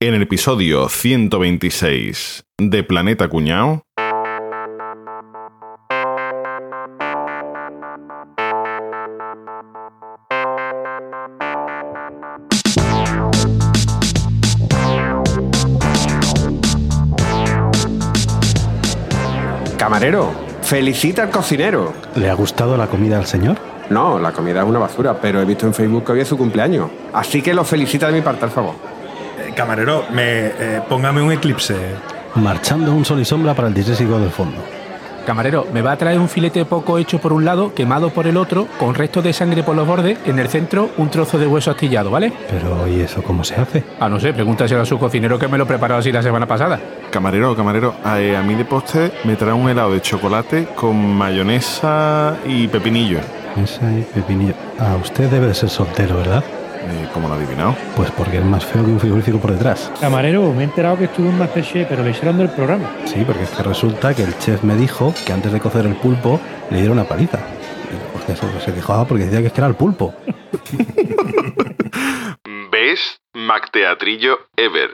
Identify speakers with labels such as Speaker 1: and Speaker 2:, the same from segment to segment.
Speaker 1: En el episodio 126 de Planeta Cuñao.
Speaker 2: Camarero, felicita al cocinero.
Speaker 3: ¿Le ha gustado la comida al señor?
Speaker 2: No, la comida es una basura, pero he visto en Facebook que hoy es su cumpleaños. Así que lo felicita de mi parte, al favor.
Speaker 4: Eh, Camarero, me, eh, póngame un eclipse.
Speaker 3: Marchando un sol y sombra para el disléxico del fondo.
Speaker 5: Camarero, me va a traer un filete poco hecho por un lado, quemado por el otro, con restos de sangre por los bordes, en el centro un trozo de hueso astillado, ¿vale?
Speaker 3: Pero, ¿y eso cómo se hace?
Speaker 5: Ah, no sé, pregúntaselo a su cocinero que me lo preparó así la semana pasada.
Speaker 1: Camarero, camarero, a, eh, a mí de postre me trae un helado de chocolate con mayonesa y pepinillo.
Speaker 3: Esa y pepinillo. Ah, usted debe de ser soltero, ¿verdad?
Speaker 1: Eh, ¿Cómo lo ha adivinado?
Speaker 3: Pues porque es más feo que un frigorífico por detrás.
Speaker 6: Camarero, me he enterado que estuvo en Masterchef, pero le hicieron del programa.
Speaker 3: Sí, porque es que resulta que el chef me dijo que antes de cocer el pulpo le dieron una paliza. Y, Pues que se, se quejaba porque decía que es que era el pulpo.
Speaker 1: ¿Ves? Macteatrillo Ever.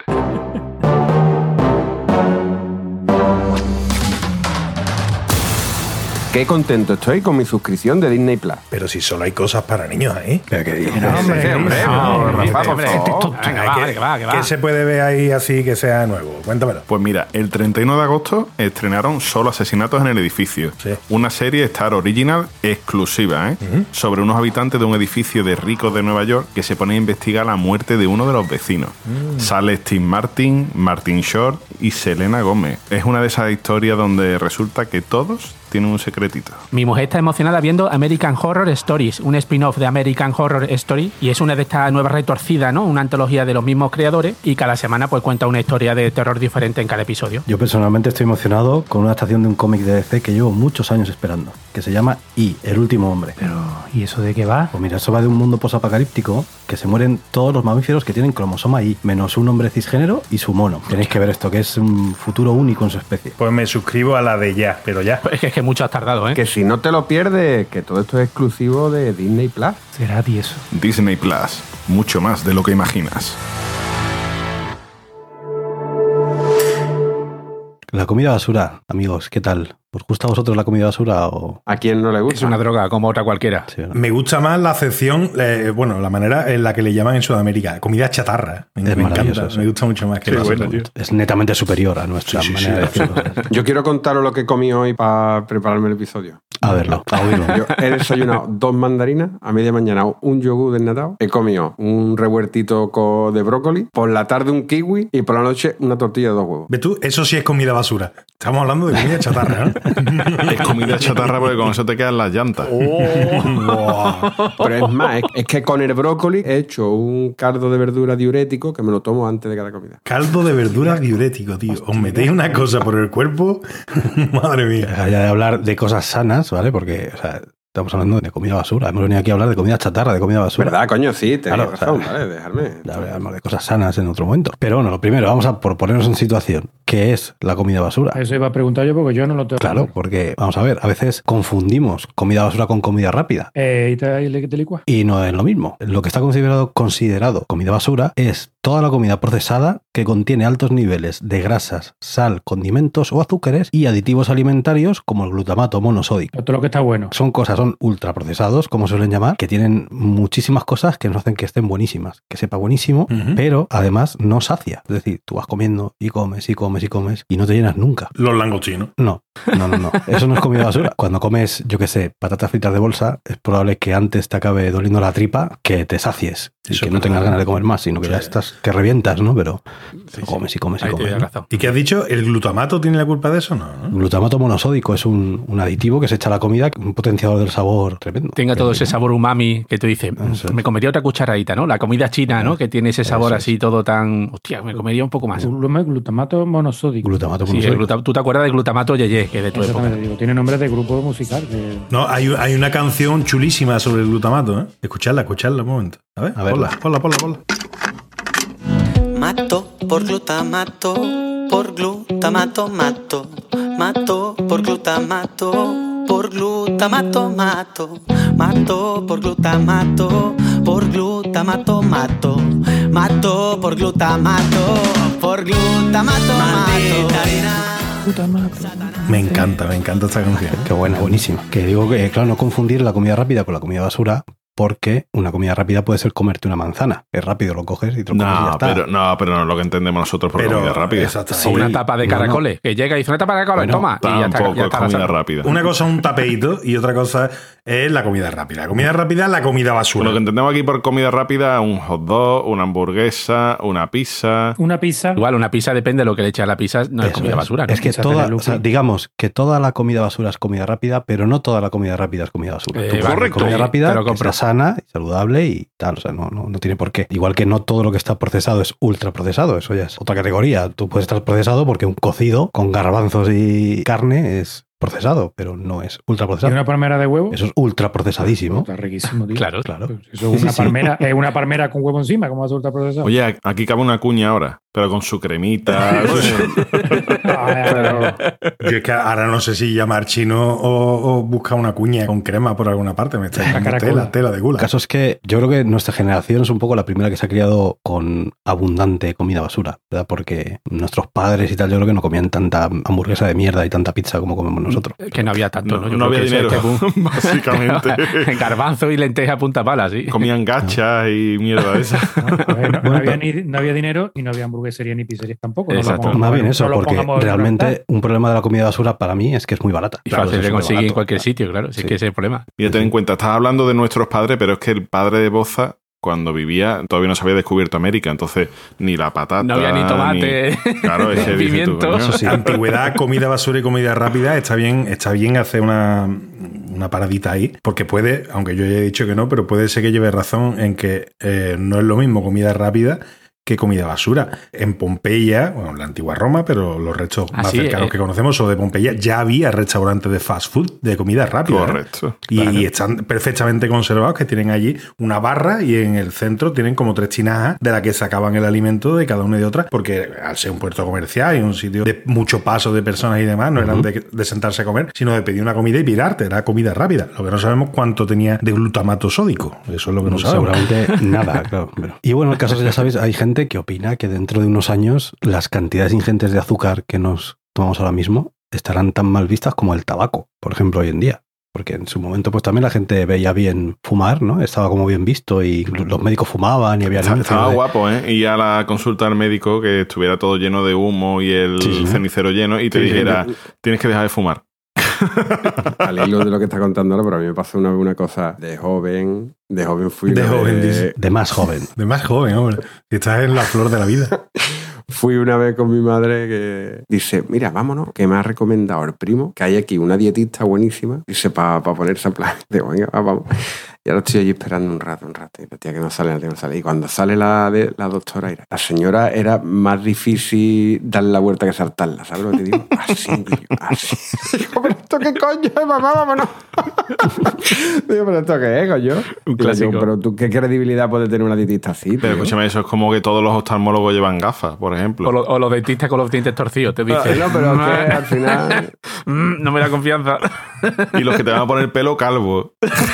Speaker 2: Qué contento estoy con mi suscripción de Disney Plus.
Speaker 4: Pero si solo hay cosas para niños ahí.
Speaker 3: ¿Pero qué dices?
Speaker 2: Sí, hombre,
Speaker 5: Ah,
Speaker 2: no, Rafa, por favor.
Speaker 4: Venga,
Speaker 5: que va,
Speaker 4: ¿qué,
Speaker 5: que va, que va.
Speaker 4: qué se puede ver ahí así que sea nuevo? Cuéntamelo.
Speaker 1: Pues mira, el 31 de agosto estrenaron Solo Asesinatos en el Edificio.
Speaker 4: Sí.
Speaker 1: Una serie Star Original exclusiva, ¿eh? Sobre unos habitantes de un edificio de ricos de Nueva York que se ponen a investigar la muerte de uno de los vecinos. Sale Steve Martin, Martin Short y Selena Gómez. Es una de esas historias donde resulta que todos tienen un secretito.
Speaker 5: Mi mujer está emocionada viendo American Horror Stories, un spin-off de American Horror Story, y es una de estas nuevas retorcidas, ¿no? Una antología de los mismos creadores, y cada semana pues cuenta una historia de terror diferente en cada episodio.
Speaker 3: Yo personalmente estoy emocionado con una adaptación de un cómic de DC que llevo muchos años esperando, que se llama I, el último hombre.
Speaker 5: ¿Y eso de qué va?
Speaker 3: Pues mira, eso va de un mundo posapocalíptico que se mueren todos los mamíferos que tienen cromosoma Y, menos un hombre cisgénero y su mono. Tenéis que ver esto, que es un futuro único en su especie.
Speaker 4: Pues me suscribo a la de ya, pero ya.
Speaker 5: Es que, es que mucho has tardado, ¿eh?
Speaker 2: Que si no te lo pierdes, que todo esto es exclusivo de Disney Plus.
Speaker 5: será de eso?
Speaker 1: Disney Plus, mucho más de lo que imaginas.
Speaker 3: La comida basura, amigos, ¿qué tal? ¿Os gusta a vosotros la comida basura o...?
Speaker 2: ¿A quién no le gusta?
Speaker 5: Es una droga como otra cualquiera.
Speaker 3: Sí, ¿no?
Speaker 4: Me gusta más la acepción, eh, bueno, la manera en la que le llaman en Sudamérica, comida chatarra. Me,
Speaker 3: Es
Speaker 4: me
Speaker 3: maravilloso,
Speaker 4: encanta,
Speaker 3: sí.
Speaker 4: me gusta mucho más que la basura.
Speaker 3: Pues Es netamente superior a nuestra
Speaker 4: Sí, sí, sí.
Speaker 3: manera de decir cosas.
Speaker 2: Yo quiero contaros lo que comí hoy para prepararme el episodio.
Speaker 3: A verlo, a oírlo.
Speaker 2: Yo he desayunado dos mandarinas, a media mañana un yogur desnatado, he comido un revueltito co- de brócoli, por la tarde un kiwi y por la noche una tortilla de dos huevos.
Speaker 4: Ve tú, eso sí es comida basura. Estamos hablando de comida chatarra, ¿no?
Speaker 1: Es comida chatarra porque con eso te quedan las llantas.
Speaker 4: Buah.
Speaker 2: Pero es más, es, es que con el brócoli he hecho un caldo de verdura diurético que me lo tomo antes de cada comida.
Speaker 4: Caldo de verdura diurético, tío. Os metéis una cosa por el cuerpo. Madre mía.
Speaker 3: Allá de hablar de cosas sanas, ¿vale? Porque, o sea, estamos hablando de comida basura. Hemos venido aquí a hablar de comida chatarra, de comida basura.
Speaker 2: ¿Verdad, coño? Sí, tenéis
Speaker 3: Claro,
Speaker 2: razón,
Speaker 3: claro.
Speaker 2: ¿vale? Dejarme.
Speaker 3: Ya hablaremos de cosas sanas en otro momento. Pero bueno, lo primero, vamos a por ponernos en situación. ¿Qué es la comida basura?
Speaker 6: Eso iba a preguntar yo porque yo no lo tengo.
Speaker 3: Claro, porque vamos a ver, a veces confundimos comida basura con comida rápida.
Speaker 6: Eh, ¿Y te, y le- que te licúa?
Speaker 3: Y no es lo mismo. Lo que está considerado, considerado comida basura es toda la comida procesada que contiene altos niveles de grasas, sal, condimentos o azúcares y aditivos alimentarios como el glutamato monosódico.
Speaker 6: Todo lo que está bueno.
Speaker 3: Son cosas, son ultraprocesados, como suelen llamar, que tienen muchísimas cosas que nos hacen que estén buenísimas, que sepa buenísimo,
Speaker 4: Ujú.
Speaker 3: pero además no sacia. Es decir, tú vas comiendo y comes y comes y comes y no te llenas nunca.
Speaker 4: Los langostinos.
Speaker 3: No, no, no, no. Eso no es comida basura. Cuando comes, yo qué sé, patatas fritas de bolsa, es probable que antes te acabe doliendo la tripa que te sacies y
Speaker 4: Eso
Speaker 3: que
Speaker 4: es
Speaker 3: no
Speaker 4: verdad.
Speaker 3: tengas ganas de comer más, sino que ya
Speaker 4: Sí.
Speaker 3: estás, que revientas, ¿no? Pero comes y comes y
Speaker 5: Ahí te
Speaker 3: comes.
Speaker 5: doy
Speaker 3: ¿no?
Speaker 5: razón.
Speaker 4: ¿Y qué has dicho? ¿El glutamato tiene la culpa de eso? No, ¿no?
Speaker 3: Glutamato monosódico es un, un aditivo que se echa a la comida, un potenciador del sabor tremendo.
Speaker 5: Tenga todo ese
Speaker 3: Tremendo.
Speaker 5: sabor umami que tú dices, "Mm,
Speaker 3: Eso es.
Speaker 5: me comería otra cucharadita, ¿no? La comida china, ¿no? Que tiene ese sabor
Speaker 3: Eso es.
Speaker 5: así todo tan... Hostia, me comería un poco más.
Speaker 6: Glutamato, glutamato monosódico.
Speaker 3: Glutamato
Speaker 5: Sí, el
Speaker 3: monosódico.
Speaker 5: gluta- tú te acuerdas de glutamato yeye, que es de tu época.
Speaker 6: Exactamente, digo. Tiene nombre de grupo musical. de-
Speaker 4: No, hay, hay una canción chulísima sobre el glutamato, ¿eh? Escuchadla, escuchadla un momento. A ver,
Speaker 3: A verla.
Speaker 4: ponla, ponla, ponla, ponla.
Speaker 7: Mato por glutamato, por glutamato mato. Mato por glutamato, por glutamato mato. Mato por glutamato, por glutamato mato. Mato por glutamato, por glutamato, mato.
Speaker 4: Me encanta, me encanta esta canción.
Speaker 3: Qué buena, buenísima. Que digo que, eh, claro, no confundir la comida rápida con la comida basura, porque una comida rápida puede ser comerte una manzana. Es rápido, lo coges y te lo comes y ya
Speaker 1: No,
Speaker 3: está.
Speaker 1: pero no, pero no es lo que entendemos nosotros por
Speaker 4: Pero
Speaker 1: comida rápida.
Speaker 4: exactamente.
Speaker 5: O una
Speaker 4: Sí.
Speaker 5: tapa de
Speaker 3: no, no.
Speaker 5: caracoles. Que llega y dice una tapa de caracoles,
Speaker 3: Bueno,
Speaker 5: toma. Y ya está.
Speaker 1: Tampoco
Speaker 5: ya
Speaker 1: es
Speaker 5: está
Speaker 1: comida
Speaker 5: la-
Speaker 1: rápida.
Speaker 4: Una cosa es un tapeito y otra cosa es la comida rápida. La comida rápida es la comida basura.
Speaker 1: Pues Lo que entendemos aquí por comida rápida es un hot dog, una hamburguesa, una pizza.
Speaker 6: Una pizza.
Speaker 5: Igual, una pizza depende de lo que le eches a la pizza, no es
Speaker 3: Eso
Speaker 5: comida basura. ¿no?
Speaker 3: Es que
Speaker 6: Esa
Speaker 3: toda,
Speaker 6: Penelope.
Speaker 3: o sea, digamos que toda la comida basura es comida rápida, pero no toda la comida rápida es comida basura.
Speaker 5: Eh,
Speaker 3: Tú comes
Speaker 1: correcto.
Speaker 3: Comida rápida,
Speaker 5: Te lo
Speaker 3: que
Speaker 5: compro.
Speaker 3: está sana, y saludable y tal. O sea, no, no, no tiene por qué. Igual que no todo lo que está procesado es ultra procesado. Eso ya es otra categoría. Tú puedes estar procesado porque un cocido con garbanzos y carne es procesado, pero no es ultra
Speaker 6: ¿Y
Speaker 3: procesado.
Speaker 6: una palmera de huevo?
Speaker 3: Eso es ultra procesadísimo.
Speaker 6: Está riquísimo, tío.
Speaker 5: Claro,
Speaker 3: Claro.
Speaker 6: Eso es una palmera, es una palmera con huevo encima, como va a procesado.
Speaker 1: Oye, aquí cabe una cuña ahora, pero con su cremita. con su-
Speaker 6: Ah, pero-
Speaker 4: Yo es que ahora no sé si llamar chino o, o buscar una cuña con crema por alguna parte. Me está dando
Speaker 6: caracol.
Speaker 4: tela, tela de
Speaker 3: El
Speaker 4: gula.
Speaker 3: caso es que yo creo que nuestra generación es un poco la primera que se ha criado con abundante comida basura, ¿verdad? Porque nuestros padres y tal, yo creo que no comían tanta hamburguesa de mierda y tanta pizza como comemos nosotros.
Speaker 5: Que no había tanto,
Speaker 1: no,
Speaker 5: ¿no? Yo
Speaker 1: no había
Speaker 5: creo que
Speaker 1: dinero,
Speaker 5: ese es este boom.
Speaker 1: básicamente.
Speaker 5: Garbanzo y lenteja punta pala, sí.
Speaker 1: Comían gachas y mierda de esa.
Speaker 6: a ver, no, no había ni- no había dinero y no había hamburguesería ni pizzerías tampoco. no lo
Speaker 5: Exacto.
Speaker 6: pongamos-
Speaker 3: Más bien
Speaker 6: no
Speaker 3: eso,
Speaker 6: lo
Speaker 3: porque
Speaker 6: pongamos en plata.
Speaker 3: realmente un problema de la comida basura para mí es que es muy barata.
Speaker 5: Y
Speaker 3: Claro,
Speaker 5: fácil
Speaker 3: es
Speaker 5: de
Speaker 3: muy
Speaker 5: conseguir en
Speaker 3: barato.
Speaker 5: cualquier sitio, claro. Si
Speaker 3: Sí.
Speaker 5: es que ese es el problema.
Speaker 1: Mira, ten en cuenta, estás hablando de nuestros padres, pero es que el padre de Boza, cuando vivía, todavía no se había descubierto América. Entonces, ni la patata.
Speaker 5: No había ni tomate.
Speaker 1: Claro, es que dices tú,
Speaker 5: Pimiento.
Speaker 1: coño,
Speaker 5: Eso
Speaker 3: Pues sí.
Speaker 4: Antigüedad, comida basura y comida rápida, está bien, está bien hacer una, una paradita ahí, porque puede, aunque yo haya dicho que no, pero puede ser que lleve razón en que eh, no es lo mismo comida rápida que comida basura. En Pompeya, bueno, la antigua Roma, pero los restos
Speaker 5: Ah,
Speaker 4: más
Speaker 5: sí,
Speaker 4: cercanos
Speaker 5: eh.
Speaker 4: que conocemos o de Pompeya, ya había restaurantes de fast food de comida rápida. ¿eh?
Speaker 1: Correcto.
Speaker 4: Y, y están perfectamente conservados, que tienen allí una barra y en el centro tienen como tres tinajas de la que sacaban el alimento de cada una y de otra, porque al ser un puerto comercial y un sitio de mucho paso de personas y demás, no eran de, de sentarse a comer, sino de pedir una comida y pirarte, era comida rápida. Lo que no sabemos cuánto tenía de glutamato sódico, eso es lo que
Speaker 1: Mm,
Speaker 4: no sabemos.
Speaker 3: Seguramente nada, claro. pero- Y bueno, el caso es, ya sabéis, hay gente que opina que dentro de unos años las cantidades ingentes de azúcar que nos tomamos ahora mismo estarán tan mal vistas como el tabaco, por ejemplo, hoy en día. Porque en su momento, pues también la gente veía bien fumar, ¿no? Estaba como bien visto y los médicos fumaban y había
Speaker 1: Está-
Speaker 3: anuncios
Speaker 1: Estaba
Speaker 3: de-
Speaker 1: guapo, ¿eh? Y a la consulta al médico que estuviera todo lleno de humo y el
Speaker 3: Sí, sí.
Speaker 1: cenicero lleno y te
Speaker 2: Sí, sí,
Speaker 1: dijera, tienes que dejar de fumar.
Speaker 2: Al hilo de lo que está contando ahora, pero a mí me pasó una, una cosa de joven. De joven fui.
Speaker 4: De
Speaker 2: una
Speaker 4: joven, dice.
Speaker 3: de más joven.
Speaker 4: De más joven, hombre, que estás en la flor de la vida.
Speaker 2: Fui una vez con mi madre que dice, mira, vámonos, que me ha recomendado el primo, que hay aquí una dietista buenísima, dice, para ponerse en plan, digo, venga, va, vamos. Y ahora estoy allí esperando un rato, un rato, y la tía que no sale, la tía que no sale. Y cuando sale la, de, la doctora, era- la señora era más difícil darle la vuelta que saltarla, ¿sabes lo que te digo? Así, tío, así. Digo, pero esto qué coño, es, mamá, vámonos. digo, pero esto qué es, coño.
Speaker 5: Un
Speaker 2: Digo,
Speaker 5: clásico. pues,
Speaker 2: pero tú, ¿qué credibilidad puede tener una dietista así? tío?
Speaker 1: Pero escúchame, eso es como que todos los oftalmólogos llevan gafas, por ejemplo.
Speaker 5: O, lo- o los dentistas con los dientes torcidos, te dicen.
Speaker 2: Ah, no, pero
Speaker 5: "Mm,
Speaker 2: que al final...
Speaker 5: mm, no me da confianza.
Speaker 1: Y los que te van a poner pelo calvo.
Speaker 5: Es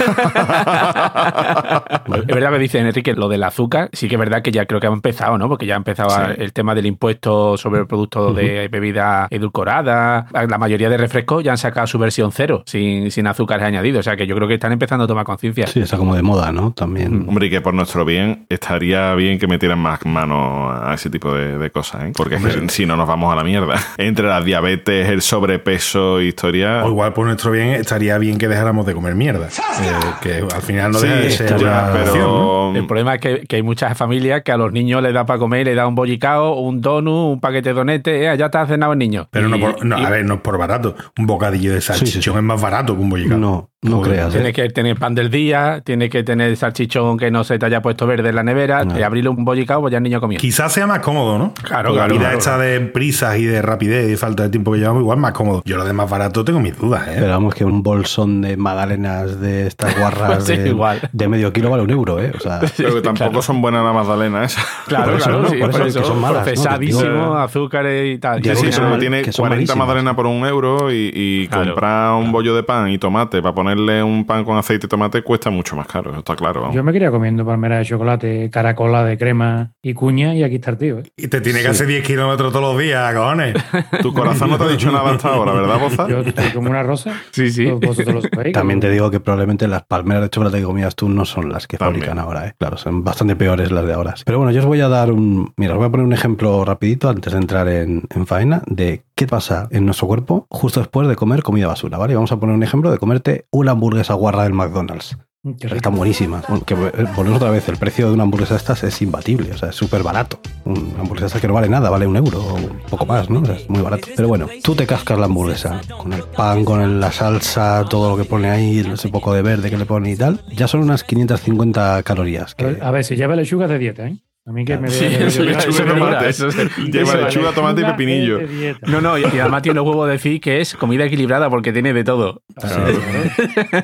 Speaker 5: verdad que dice Enrique lo del azúcar. Sí que es verdad que ya creo que ha empezado, ¿no? Porque ya empezaba el tema del impuesto sobre productos de bebidas edulcoradas. La mayoría de refrescos ya han sacado su versión cero, sin, sin azúcares añadidos. O sea que yo creo que están empezando a tomar conciencia.
Speaker 3: Sí, está como de moda, ¿no? También.
Speaker 1: Hombre, y que por nuestro bien estaría bien que metieran más mano a ese tipo de, de cosas, ¿eh? Porque es que si no nos vamos a la mierda. Entre la diabetes, el sobrepeso, historia...
Speaker 4: O igual por nuestro bien estaría bien que dejáramos de comer mierda, eh, que al final no
Speaker 1: Sí,
Speaker 4: deja de ser
Speaker 1: ya,
Speaker 4: una
Speaker 1: pero...
Speaker 4: acción, ¿no?
Speaker 5: El problema es que, que hay muchas familias que a los niños les da para comer, les da un bollicao, un donut, un paquete de donete, eh, ya está cenado el niño.
Speaker 4: Pero no,
Speaker 5: Y-
Speaker 4: por, no,
Speaker 5: y
Speaker 4: a ver, no es por barato. Un bocadillo de salchichón
Speaker 3: Sí, sí, sí.
Speaker 4: es más barato que un bollicado.
Speaker 3: No, no
Speaker 4: Joder,
Speaker 3: creas. ¿eh?
Speaker 5: Tienes que tener pan del día, tienes que tener salchichón que no se te haya puesto verde en la nevera,
Speaker 3: No.
Speaker 5: y abrirle un bollicao, pues ya el niño comió.
Speaker 4: Quizás sea más cómodo, ¿no?
Speaker 5: Claro,
Speaker 4: Porque
Speaker 5: claro,
Speaker 4: La vida
Speaker 5: claro.
Speaker 4: esta de prisas y de rapidez y falta de tiempo que llevamos, igual más cómodo. Yo lo de más barato tengo mis dudas, ¿eh?
Speaker 3: Pero vamos, que un bolsón de magdalenas de estas guarras
Speaker 5: Sí,
Speaker 3: de,
Speaker 5: Igual.
Speaker 3: de medio kilo vale un euro, ¿eh? O sea,
Speaker 1: Pero que tampoco son buenas ¿eh? las magdalenas esas.
Speaker 5: Claro,
Speaker 3: Por eso,
Speaker 5: claro,
Speaker 3: ¿no?
Speaker 5: sí,
Speaker 3: Por eso, que son malas, ¿no?
Speaker 5: procesadísimo,
Speaker 3: Que digo-
Speaker 5: azúcares y tal.
Speaker 3: Yo
Speaker 1: Sí,
Speaker 3: creo
Speaker 1: sí,
Speaker 3: que son
Speaker 1: solo
Speaker 3: mal-
Speaker 1: tiene
Speaker 3: que son
Speaker 1: 40
Speaker 3: malísimas.
Speaker 1: magdalenas por un euro y, y
Speaker 5: Claro,
Speaker 1: comprar un bollo de pan y tomate para ponerle un pan con aceite y tomate cuesta mucho más caro, eso está claro. vamos.
Speaker 6: Yo me quería comiendo palmera de chocolate, caracola de crema y cuña y aquí está el tío. ¿eh?
Speaker 4: Y te tiene que hacer 10 kilómetros todos los días, cojones.
Speaker 1: Tu corazón no te ha dicho nada hasta ahora, ¿verdad, Boza?
Speaker 6: Yo estoy como una rosa.
Speaker 5: Sí, sí.
Speaker 6: Todos vosotros lo sabéis,
Speaker 3: También
Speaker 6: como-
Speaker 3: te digo que probablemente las palmeras de chocolate que comías tú no son las que
Speaker 1: También.
Speaker 3: fabrican ahora, ¿eh? Claro, son bastante peores las de ahora. Pero bueno, yo os voy a dar un... Mira, os voy a poner un ejemplo rapidito antes de entrar en, en faena de qué pasa en nuestro cuerpo justo después de comer comida basura, ¿vale? Y Vamos a poner un ejemplo de comerte una hamburguesa guarra del McDonald's.
Speaker 6: Mm, Qué
Speaker 3: que están
Speaker 6: rico.
Speaker 3: buenísimas. Bueno, que eh, volvemos otra vez, el precio de una hamburguesa de estas es imbatible, o sea, es súper barato. Una hamburguesa de estas que no vale nada, vale un euro o un poco más, ¿no? O sea, es muy barato. Pero bueno, tú te cascas la hamburguesa con el pan, con el- la salsa, todo lo que pone ahí, ese poco de verde que le pone y tal. Ya son unas 550 calorías. que-
Speaker 6: Pero, A ver, si lleva lechuga de dieta, ¿eh? A mí que me
Speaker 5: Sí,
Speaker 6: me-
Speaker 5: eso
Speaker 6: me-
Speaker 5: lechuga
Speaker 6: me-
Speaker 5: de
Speaker 6: me-
Speaker 5: tomate.
Speaker 1: eso es-
Speaker 6: me-
Speaker 1: lleva
Speaker 6: me-
Speaker 1: lechuga, tomate y
Speaker 6: lechuga
Speaker 1: pepinillo.
Speaker 6: es de dieta.
Speaker 5: No, no, y, y además tiene los huevos de decir que es comida equilibrada porque tiene de todo.
Speaker 6: Ah,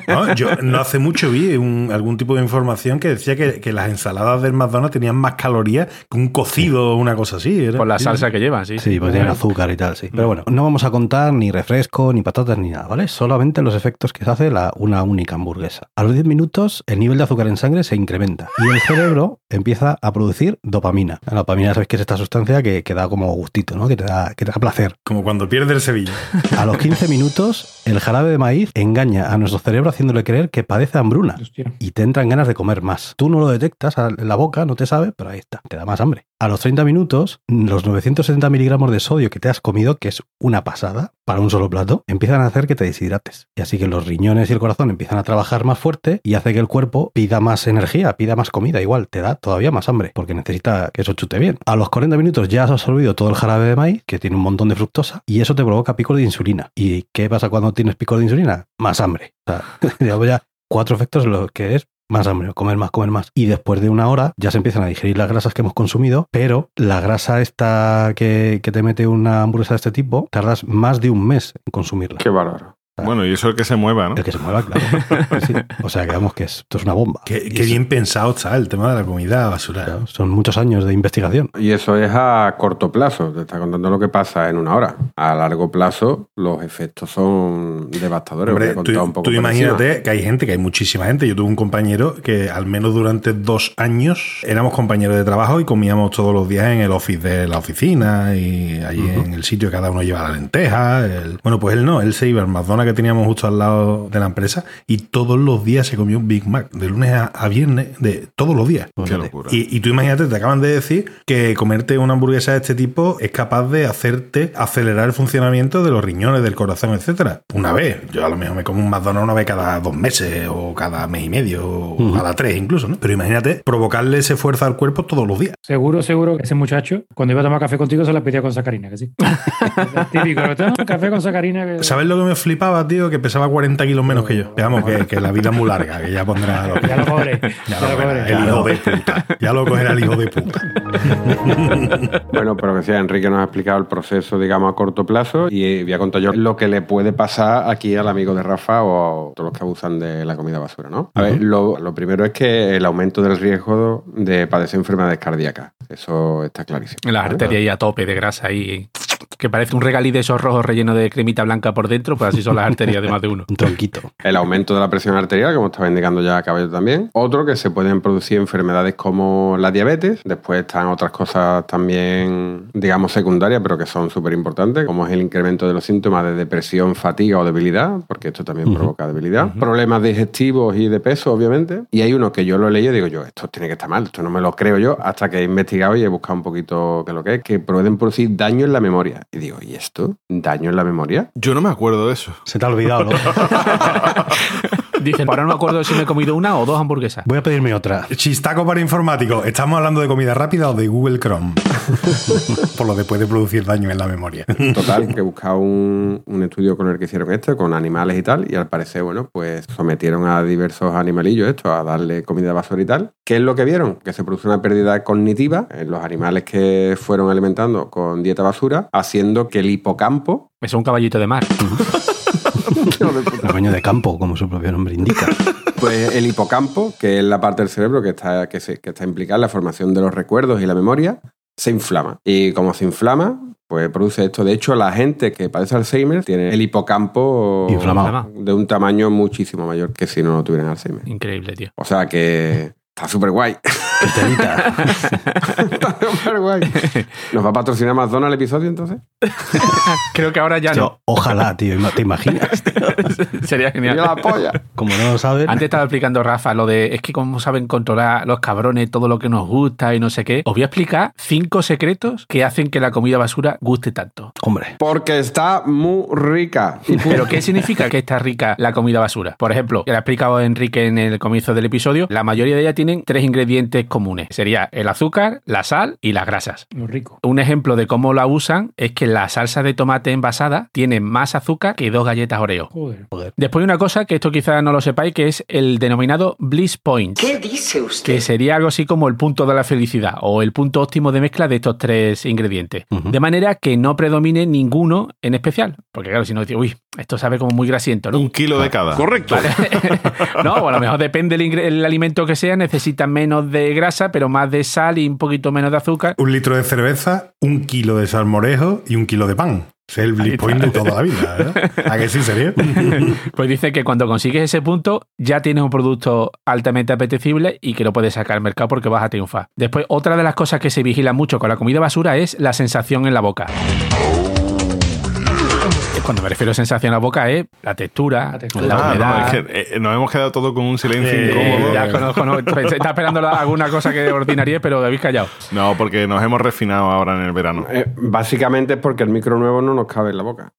Speaker 4: No, yo no hace mucho vi un- algún tipo de información que decía que, que las ensaladas del McDonald's tenían más calorías que un cocido o una cosa así. ¿era?
Speaker 5: Por la
Speaker 4: Sí,
Speaker 5: salsa que lleva, sí.
Speaker 3: Sí, pues tienen azúcar y tal, sí. Pero bueno, no vamos a contar ni refresco, ni patatas, ni nada, ¿vale? Solamente los efectos que se hace la, una única hamburguesa. A los 10 minutos, el nivel de azúcar en sangre se incrementa y el cerebro empieza a producir dopamina. La dopamina, sabes que es esta sustancia que, que da como gustito, ¿no? Que te da, que te da placer.
Speaker 4: Como cuando pierde el Sevilla.
Speaker 3: A los 15 minutos, el jarabe de maíz engaña a nuestro cerebro haciéndole creer que padece hambruna
Speaker 6: Hostia.
Speaker 3: y te entran ganas de comer más. Tú no lo detectas a- en la boca, no te sabe, pero ahí está, te da más hambre. A los 30 minutos, los 970 miligramos de sodio que te has comido, que es una pasada para un solo plato, empiezan a hacer que te deshidrates. Y así que los riñones y el corazón empiezan a trabajar más fuerte y hace que el cuerpo pida más energía, pida más comida, igual, te da todavía más hambre, porque necesita que eso chute bien. A los 40 minutos ya has absorbido todo el jarabe de maíz, que tiene un montón de fructosa, y eso te provoca picos de insulina. ¿Y qué pasa cuando tienes picos de insulina? Más hambre. O sea, ya- ya cuatro efectos en lo que es más hambre, comer más, comer más. Y después de una hora ya se empiezan a digerir las grasas que hemos consumido, pero la grasa esta que, que te mete una hamburguesa de este tipo, tardas más de un mes en consumirla.
Speaker 2: Qué bárbaro.
Speaker 1: Bueno, y eso es que se mueva, ¿no?
Speaker 3: El que se mueva, claro. Sí, sí. O sea, que vamos que es- esto es una bomba.
Speaker 4: Qué,
Speaker 3: Y
Speaker 4: qué
Speaker 3: es-
Speaker 4: bien pensado está el tema de la comida basura.
Speaker 3: claro, Son muchos años de investigación.
Speaker 2: Y eso es a corto plazo, te está contando lo que pasa en una hora. A largo plazo los efectos son devastadores.
Speaker 4: Hombre,
Speaker 2: Os voy a contar
Speaker 4: tú,
Speaker 2: un poco
Speaker 4: tú
Speaker 2: por
Speaker 4: imagínate
Speaker 2: encima.
Speaker 4: que hay gente, que hay muchísima gente. Yo tuve un compañero que al menos durante dos años éramos compañeros de trabajo y comíamos todos los días en el office de la oficina y allí en el sitio cada uno lleva la lenteja. el- Bueno, pues él no, él se iba al McDonald's que teníamos justo al lado de la empresa y todos los días se comió un Big Mac, de lunes a, a viernes, de todos los días.
Speaker 1: Qué
Speaker 3: Fíjate.
Speaker 1: locura.
Speaker 4: Y, y tú imagínate, te acaban de decir que comerte una hamburguesa de este tipo es capaz de hacerte acelerar el funcionamiento de los riñones, del corazón, etcétera. Una vez, yo a lo mejor me como un McDonald's una vez cada dos meses o cada mes y medio o cada tres incluso, ¿no? Pero imagínate provocarle ese fuerza al cuerpo todos los días.
Speaker 6: Seguro, seguro que ese muchacho, cuando iba a tomar café contigo, se la pedía con sacarina, que sí. Es Típico, pero toma café con sacarina. que-
Speaker 4: ¿Sabes lo que me flipaba, tío? Que pesaba 40 kilos menos que yo. Veamos que, que la vida es muy larga, que ya pondrá lo que-
Speaker 6: Ya lo cobré.
Speaker 4: Ya
Speaker 6: Ya
Speaker 4: lo
Speaker 6: lo
Speaker 4: cogerá
Speaker 6: cobré.
Speaker 4: el hijo de puta. Ya lo cogerá el hijo de puta.
Speaker 2: Bueno, pero que sea, Enrique nos ha explicado el proceso, digamos, a corto plazo y eh, voy a contar yo lo que le puede pasar aquí al amigo de Rafa o a todos los que abusan de la comida basura, ¿no? A ver, lo, lo primero es que el aumento del riesgo de padecer enfermedades cardíacas. Eso está clarísimo.
Speaker 5: En las
Speaker 2: ¿vale?
Speaker 5: arterias y a tope de grasa ahí. Que parece un regalí de esos rojos relleno de cremita blanca por dentro, pues así son las arterias de más de uno.
Speaker 3: Un tronquito.
Speaker 2: El aumento de la presión arterial, como estaba indicando ya Cabello también. Otro que se pueden producir enfermedades como la diabetes. Después están otras cosas también, digamos, secundarias, pero que son súper importantes, como es el incremento de los síntomas de depresión, fatiga o debilidad, porque esto también provoca debilidad. Problemas digestivos y de peso, obviamente. Y hay uno que yo lo leí y digo yo, esto tiene que estar mal, esto no me lo creo yo, hasta que he investigado y he buscado un poquito qué es lo que es, que pueden producir daño en la memoria. Y digo, ¿y esto? ¿Daño en la memoria?
Speaker 1: Yo no me acuerdo de eso.
Speaker 3: Se te ha olvidado. ¿no?
Speaker 5: Dicen, "Pues ahora no me acuerdo si me he comido una o dos hamburguesas.
Speaker 3: Voy a pedirme otra.
Speaker 4: Chistaco para informático. ¿Estamos hablando de comida rápida o de Google Chrome? Por lo que puede producir daño en la memoria.
Speaker 2: Total, que buscaba un, un estudio con el que hicieron esto, con animales y tal, y al parecer, bueno, pues sometieron a diversos animalillos esto, a darle comida basura y tal. ¿Qué es lo que vieron? Que se produce una pérdida cognitiva en los animales que fueron alimentando con dieta basura, haciendo que el hipocampo
Speaker 5: Es un caballito de mar.
Speaker 2: Hijo de puta.
Speaker 3: Rebaño de campo, como su propio nombre indica.
Speaker 2: Pues el hipocampo, que es la parte del cerebro que está, que, se- que está implicada en la formación de los recuerdos y la memoria, se inflama. Y como se inflama, pues produce esto. De hecho, la gente que padece Alzheimer tiene el hipocampo
Speaker 3: Inflamado.
Speaker 2: de un tamaño muchísimo mayor que si no tuvieran Alzheimer.
Speaker 5: Increíble, tío.
Speaker 2: O sea que está súper guay.
Speaker 3: Que te evita.
Speaker 2: está súper guay. ¿Nos va a patrocinar McDonald's el episodio entonces?
Speaker 5: Creo que ahora ya
Speaker 3: Tío,
Speaker 5: no.
Speaker 3: Ojalá, tío. ima- ¿Te imaginas?
Speaker 5: Sería
Speaker 2: Yo
Speaker 5: genial.
Speaker 2: la polla.
Speaker 3: Como no lo sabes.
Speaker 5: Antes estaba explicando Rafa lo de es que cómo saben controlar los cabrones todo lo que nos gusta y no sé qué. Os voy a explicar cinco secretos que hacen que la comida basura guste tanto.
Speaker 3: Hombre.
Speaker 2: Porque está muy rica. Y pu-
Speaker 5: Pero ¿qué significa que está rica la comida basura? Por ejemplo, que lo ha explicado Enrique en el comienzo del episodio, la mayoría de ellas tienen tres ingredientes comunes. Sería el azúcar, la sal y las grasas.
Speaker 6: Muy rico.
Speaker 5: Un ejemplo de cómo la usan es que la salsa de tomate envasada tiene más azúcar que dos galletas Oreo.
Speaker 6: Joder.
Speaker 5: Después hay una cosa que esto quizás no lo sepáis, que es el denominado bliss point.
Speaker 8: ¿Qué dice
Speaker 5: Que
Speaker 8: usted?
Speaker 5: sería algo así como el punto de la felicidad o el punto óptimo de mezcla de estos tres ingredientes.
Speaker 3: Ujú.
Speaker 5: De manera que no predomine ninguno en especial. Porque claro, si no dices, uy, esto sabe como muy grasiento, ¿no?
Speaker 1: Un kilo de cada. Correcto.
Speaker 5: no, o a lo mejor depende del ingre- el alimento que sea, necesitan menos de grasa, pero más de sal y un poquito menos de azúcar.
Speaker 4: Un litro de cerveza, un kilo de salmorejo y un kilo de pan. Ese Es el
Speaker 5: Ahí
Speaker 4: bliss
Speaker 5: está.
Speaker 4: point de toda la vida, ¿verdad? ¿A que sí sería?
Speaker 5: Pues dice que cuando consigues ese punto ya tienes un producto altamente apetecible y que lo puedes sacar al mercado porque vas a triunfar. Después, otra de las cosas que se vigila mucho con la comida basura es la sensación en la boca. Cuando me refiero a sensación en la boca es la textura, la,
Speaker 6: La textura.
Speaker 1: Ah,
Speaker 5: humedad.
Speaker 1: no, es que eh, nos hemos quedado todo con un silencio
Speaker 4: Eh,
Speaker 5: Eh,
Speaker 1: incómodo.
Speaker 5: ya conozco, no, pensé- estaba esperando la- alguna cosa que ordinaría, pero habéis callado.
Speaker 1: No, porque nos hemos refinado ahora en el verano.
Speaker 2: Eh, básicamente es porque el micro nuevo no nos cabe en la boca.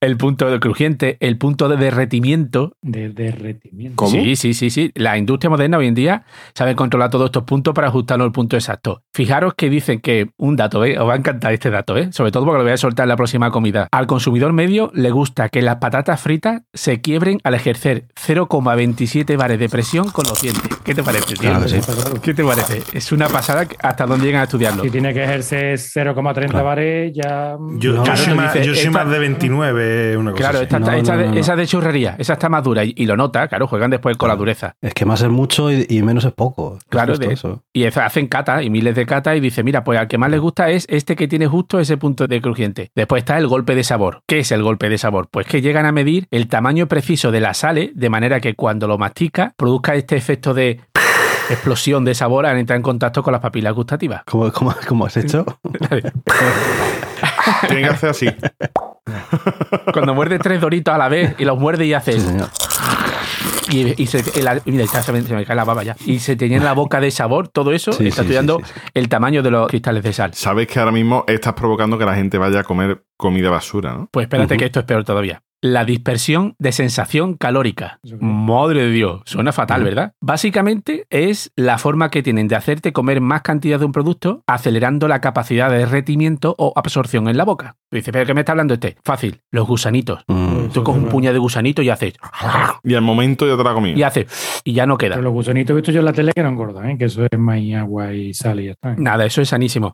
Speaker 5: El punto de crujiente, el punto de derretimiento.
Speaker 6: De derretimiento.
Speaker 2: ¿Cómo?
Speaker 5: Sí, sí, sí, sí. La industria moderna hoy en día sabe controlar todos estos puntos para ajustarlo al punto exacto. Fijaros que dicen que un dato, ¿eh? os va a encantar este dato, ¿eh? sobre todo porque lo voy a soltar en la próxima comida. Al consumidor medio le gusta que las patatas fritas se quiebren al ejercer 0,27 bares de presión con los dientes. ¿Qué te parece, tío?
Speaker 3: Claro que sí.
Speaker 5: ¿Qué te parece? Es una pasada que- hasta dónde llegan a estudiarlo.
Speaker 6: Si tiene que ejercer 0,30 bares, ya.
Speaker 4: Yo, yo
Speaker 5: Claro,
Speaker 4: soy,
Speaker 5: te
Speaker 4: más,
Speaker 5: dice,
Speaker 4: yo soy
Speaker 5: esta-
Speaker 4: más de 29, una cosa
Speaker 5: Claro,
Speaker 4: así.
Speaker 5: esta,
Speaker 3: No,
Speaker 5: esta-
Speaker 3: no, no, no.
Speaker 5: esa de churrería, esa está más dura y, y lo nota, claro, juegan después con la dureza.
Speaker 3: Es que más es mucho y, y menos es poco. Es
Speaker 5: Claro,
Speaker 3: justo
Speaker 5: de-
Speaker 3: eso.
Speaker 5: Y eso hacen catas y miles de catas y dice, mira, pues al que más les gusta es este que tiene justo ese punto de crujiente. Después está el golpe de sabor. ¿Qué es el golpe de sabor? Pues que llegan a medir el tamaño preciso de la sale de manera que cuando lo mastica produzca este efecto de explosión de sabor al entrar en contacto con las papilas gustativas.
Speaker 3: ¿Cómo, cómo, cómo has hecho?
Speaker 1: Tienen que hacer así.
Speaker 5: Cuando muerde tres doritos a la vez y los muerde y haces...
Speaker 3: Sí, señor.
Speaker 5: Y, y se, y la- mira, está- se me, se me cae la baba ya. Y se te llena la boca de sabor, todo eso
Speaker 3: Sí,
Speaker 5: está
Speaker 3: sí,
Speaker 5: estudiando
Speaker 3: sí, sí,
Speaker 5: el tamaño de los cristales de sal.
Speaker 1: Sabes que ahora mismo estás provocando que la gente vaya a comer comida basura, ¿no?
Speaker 5: Pues espérate que esto es peor todavía. La dispersión de sensación calórica.
Speaker 6: Eso es.
Speaker 5: Madre de Dios, suena fatal, ¿verdad? Básicamente es la forma que tienen de hacerte comer más cantidad de un producto, acelerando la capacidad de derretimiento o absorción en la boca. Tú dices, ¿pero qué me está hablando este? Fácil, los gusanitos.
Speaker 3: Mm.
Speaker 5: Tú coges un puñado de gusanito y haces,
Speaker 1: Y al momento ya te la
Speaker 5: y
Speaker 1: comida.
Speaker 5: haces, y ya no queda.
Speaker 6: Pero mm, los gusanitos he visto yo en la tele que no engordan, ¿eh? que eso es maíz, agua y sal y ya está. ¿eh?
Speaker 4: Mm,
Speaker 5: Nada, eso es sanísimo.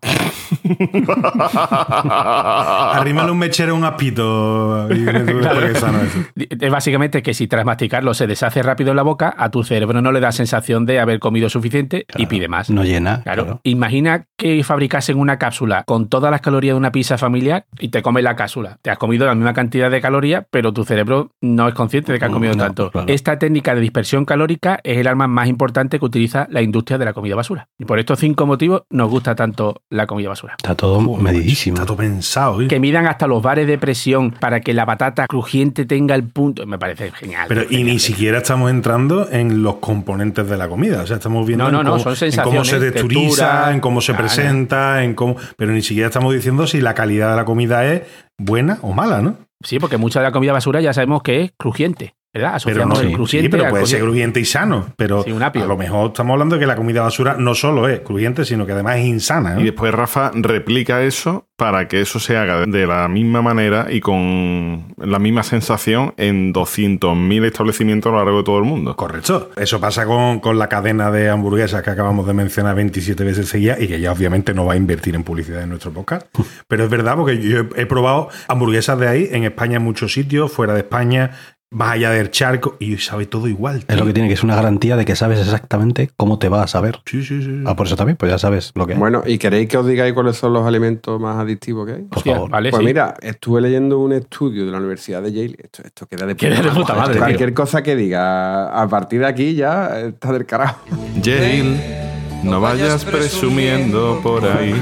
Speaker 4: Arrímale un mechero, un aspito. Y me tuve porque es sano eso.
Speaker 5: Es básicamente que si tras masticarlo se deshace rápido en la boca, a tu cerebro no le da sensación de haber comido suficiente y
Speaker 3: Claro.
Speaker 5: pide más.
Speaker 3: No llena.
Speaker 5: Claro.
Speaker 3: Claro.
Speaker 5: Imagina que fabricasen una cápsula con todas las calorías de una pizza familiar y te comes la cápsula. Te has comido la misma cantidad de calorías, pero tu cerebro no es consciente de que has comido
Speaker 3: No,
Speaker 5: tanto.
Speaker 3: claro.
Speaker 5: Esta técnica de dispersión calórica es el arma más importante que utiliza la industria de la comida basura. Y por estos cinco motivos nos gusta tanto la comida basura.
Speaker 3: Está todo medidísimo.
Speaker 4: Está todo pensado. ¿eh?
Speaker 5: Que midan hasta los bares de presión para que la batata crujiente tenga el punto. Me parece genial.
Speaker 4: Pero y
Speaker 5: genial.
Speaker 4: ni siquiera estamos entrando en los componentes de la comida. O sea, estamos viendo
Speaker 5: No, no,
Speaker 4: en,
Speaker 5: no,
Speaker 4: cómo,
Speaker 5: son
Speaker 4: en
Speaker 5: sensaciones,
Speaker 4: cómo se texturiza,
Speaker 5: textura.
Speaker 4: en cómo se
Speaker 5: Claro.
Speaker 4: presenta, en cómo. Pero ni siquiera estamos diciendo si la calidad de la comida es buena o mala, ¿no?
Speaker 5: Sí, porque mucha de la comida basura ya sabemos que es crujiente. ¿verdad?
Speaker 4: Pero no
Speaker 5: Asociamos
Speaker 4: sí,
Speaker 5: el crujiente
Speaker 4: pero
Speaker 5: al
Speaker 4: puede ser
Speaker 5: crujiente.
Speaker 4: crujiente y sano. Pero
Speaker 5: Sí, un apio.
Speaker 4: a lo mejor estamos hablando de que la comida basura no solo es crujiente, sino que además es insana. ¿no?
Speaker 1: Y después Rafa replica eso para que eso se haga de la misma manera y con la misma sensación en 200.000 establecimientos a lo largo de todo el mundo.
Speaker 4: Correcto. Eso pasa con, con la cadena de hamburguesas que acabamos de mencionar 27 veces seguidas y que ya obviamente no va a invertir en publicidad en nuestro podcast. Pero es verdad porque yo he, he probado hamburguesas de ahí en España en muchos sitios, fuera de España, más allá del charco y sabe todo igual.
Speaker 3: Es lo
Speaker 4: tío.
Speaker 3: que tiene, que es una garantía de que sabes exactamente cómo te va a saber.
Speaker 4: Sí, sí, sí.
Speaker 3: Ah, por eso también, pues ya sabes lo que es.
Speaker 2: Bueno, ¿y queréis que os digáis cuáles son los alimentos más adictivos que hay?
Speaker 3: por
Speaker 5: Hostia,
Speaker 3: favor.
Speaker 5: Vale,
Speaker 2: Pues
Speaker 5: sí.
Speaker 2: mira, estuve leyendo un estudio de la Universidad de Yale. Esto, esto queda de puta,
Speaker 5: Queda de puta madre, tío.
Speaker 2: Cualquier cosa que diga a partir de aquí ya está del carajo.
Speaker 1: Yale, no vayas presumiendo por ahí.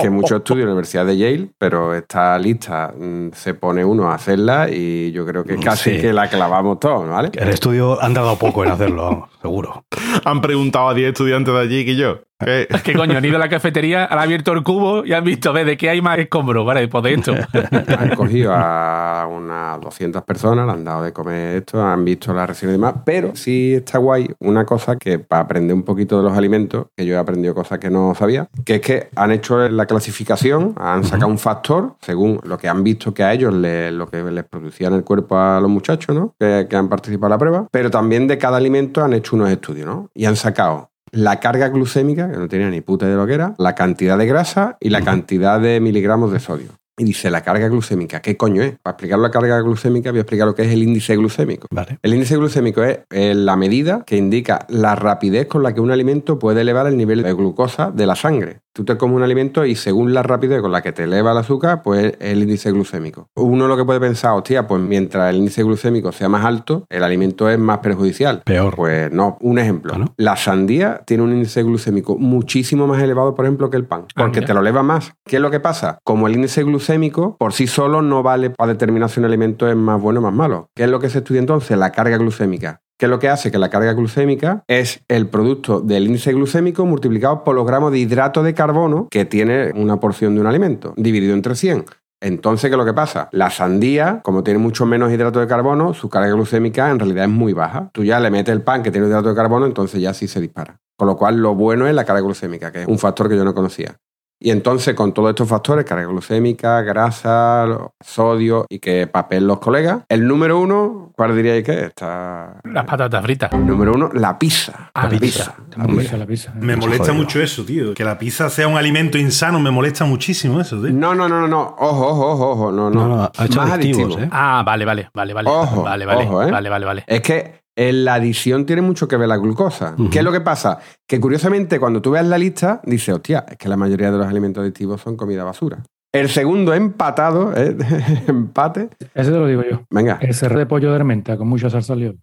Speaker 2: que muchos estudios en la Universidad de Yale, pero esta lista mm, se pone uno a hacerla y yo creo
Speaker 5: Mm,
Speaker 2: que casi
Speaker 3: Sí.
Speaker 2: que la clavamos todos, ¿vale?
Speaker 3: El estudio han dado poco en hacerlo, vamos, seguro.
Speaker 1: Han preguntado a 10 estudiantes de allí que yo. "Eh, ¿qué?
Speaker 5: Es que coño, han ido a la cafetería, han abierto el cubo y han visto, ve, de qué hay más escombro, vale, pues de esto.
Speaker 2: Han cogido a unas 200 personas, le han dado de comer esto, han visto las reacciones y demás, pero sí está guay una cosa que para aprender un poquito de los alimentos, que yo he aprendido cosas que no sabía, que es que han hecho la clasificación, han sacado un factor según lo que han visto que a ellos le- lo que les producía en el cuerpo a los muchachos, ¿no? Que, que han participado en la prueba, pero también de cada alimento han hecho unos estudios, ¿no? Y han sacado la carga glucémica, que no tenía ni puta de lo que era, la cantidad de grasa y la cantidad de miligramos de sodio. Y dice la carga glucémica, ¿qué coño es? Para explicar la carga glucémica voy a explicar lo que es el índice glucémico.
Speaker 3: Vale.
Speaker 2: El índice glucémico es eh, la medida que indica la rapidez con la que un alimento puede elevar el nivel de glucosa de la sangre. Tú te comes un alimento y según la rapidez con la que te eleva el azúcar, pues es el índice glucémico. Uno lo que puede pensar, hostia, pues mientras el índice glucémico sea más alto, el alimento es más perjudicial.
Speaker 3: Peor.
Speaker 2: Pues no, un ejemplo.
Speaker 3: Ah, ¿no?
Speaker 2: La sandía tiene un índice glucémico muchísimo más elevado, por ejemplo, que el pan,
Speaker 5: Ah,
Speaker 2: porque
Speaker 5: mira.
Speaker 2: te lo eleva más. ¿Qué es lo que pasa? Como el índice glucémico por sí solo no vale para determinar si un alimento es más bueno o más malo. ¿Qué es lo que se estudia entonces? La carga glucémica. ¿Qué es lo que hace? Que la carga glucémica es el producto del índice glucémico multiplicado por los gramos de hidrato de carbono que tiene una porción de un alimento, dividido entre 100. Entonces, ¿qué es lo que pasa? La sandía, como tiene mucho menos hidrato de carbono, su carga glucémica en realidad es muy baja. Tú ya le metes el pan que tiene hidrato de carbono, entonces ya sí se dispara. Con lo cual, lo bueno es la carga glucémica, que es un factor que yo no conocía. Y entonces, con todos estos factores, carga glucémica, grasa, lo- sodio y que papel los colegas, el número uno, ¿cuál diríais que es? Está...
Speaker 5: Las patatas fritas.
Speaker 2: El número uno, la pizza.
Speaker 5: Ah,
Speaker 2: la
Speaker 5: la
Speaker 2: pizza.
Speaker 6: La pizza, la pizza.
Speaker 4: Me molesta
Speaker 3: Jodido.
Speaker 4: mucho eso, tío. Que la pizza sea un alimento insano, me molesta muchísimo eso,
Speaker 3: Mm.
Speaker 4: tío.
Speaker 2: No, no, no, no, no. Ojo, ojo, ojo, ojo. No, no.
Speaker 3: No, no, ha hecho
Speaker 2: Más
Speaker 3: adictivos,
Speaker 2: adictivo.
Speaker 3: ¿eh?
Speaker 5: Ah, vale, vale, vale, vale.
Speaker 2: Ojo,
Speaker 5: vale, vale,
Speaker 2: ojo, ¿eh?
Speaker 5: vale, vale, vale.
Speaker 2: Es que en la adición tiene mucho que ver la glucosa.
Speaker 3: Ujú.
Speaker 2: ¿Qué es lo que pasa? Que curiosamente cuando tú veas la lista, dices, hostia, es que la mayoría de los alimentos adictivos son comida basura. El segundo empatado, ¿eh? empate.
Speaker 6: Ese te lo digo yo.
Speaker 2: Venga,
Speaker 6: El cerro de pollo de hermenta con mucha salsa león.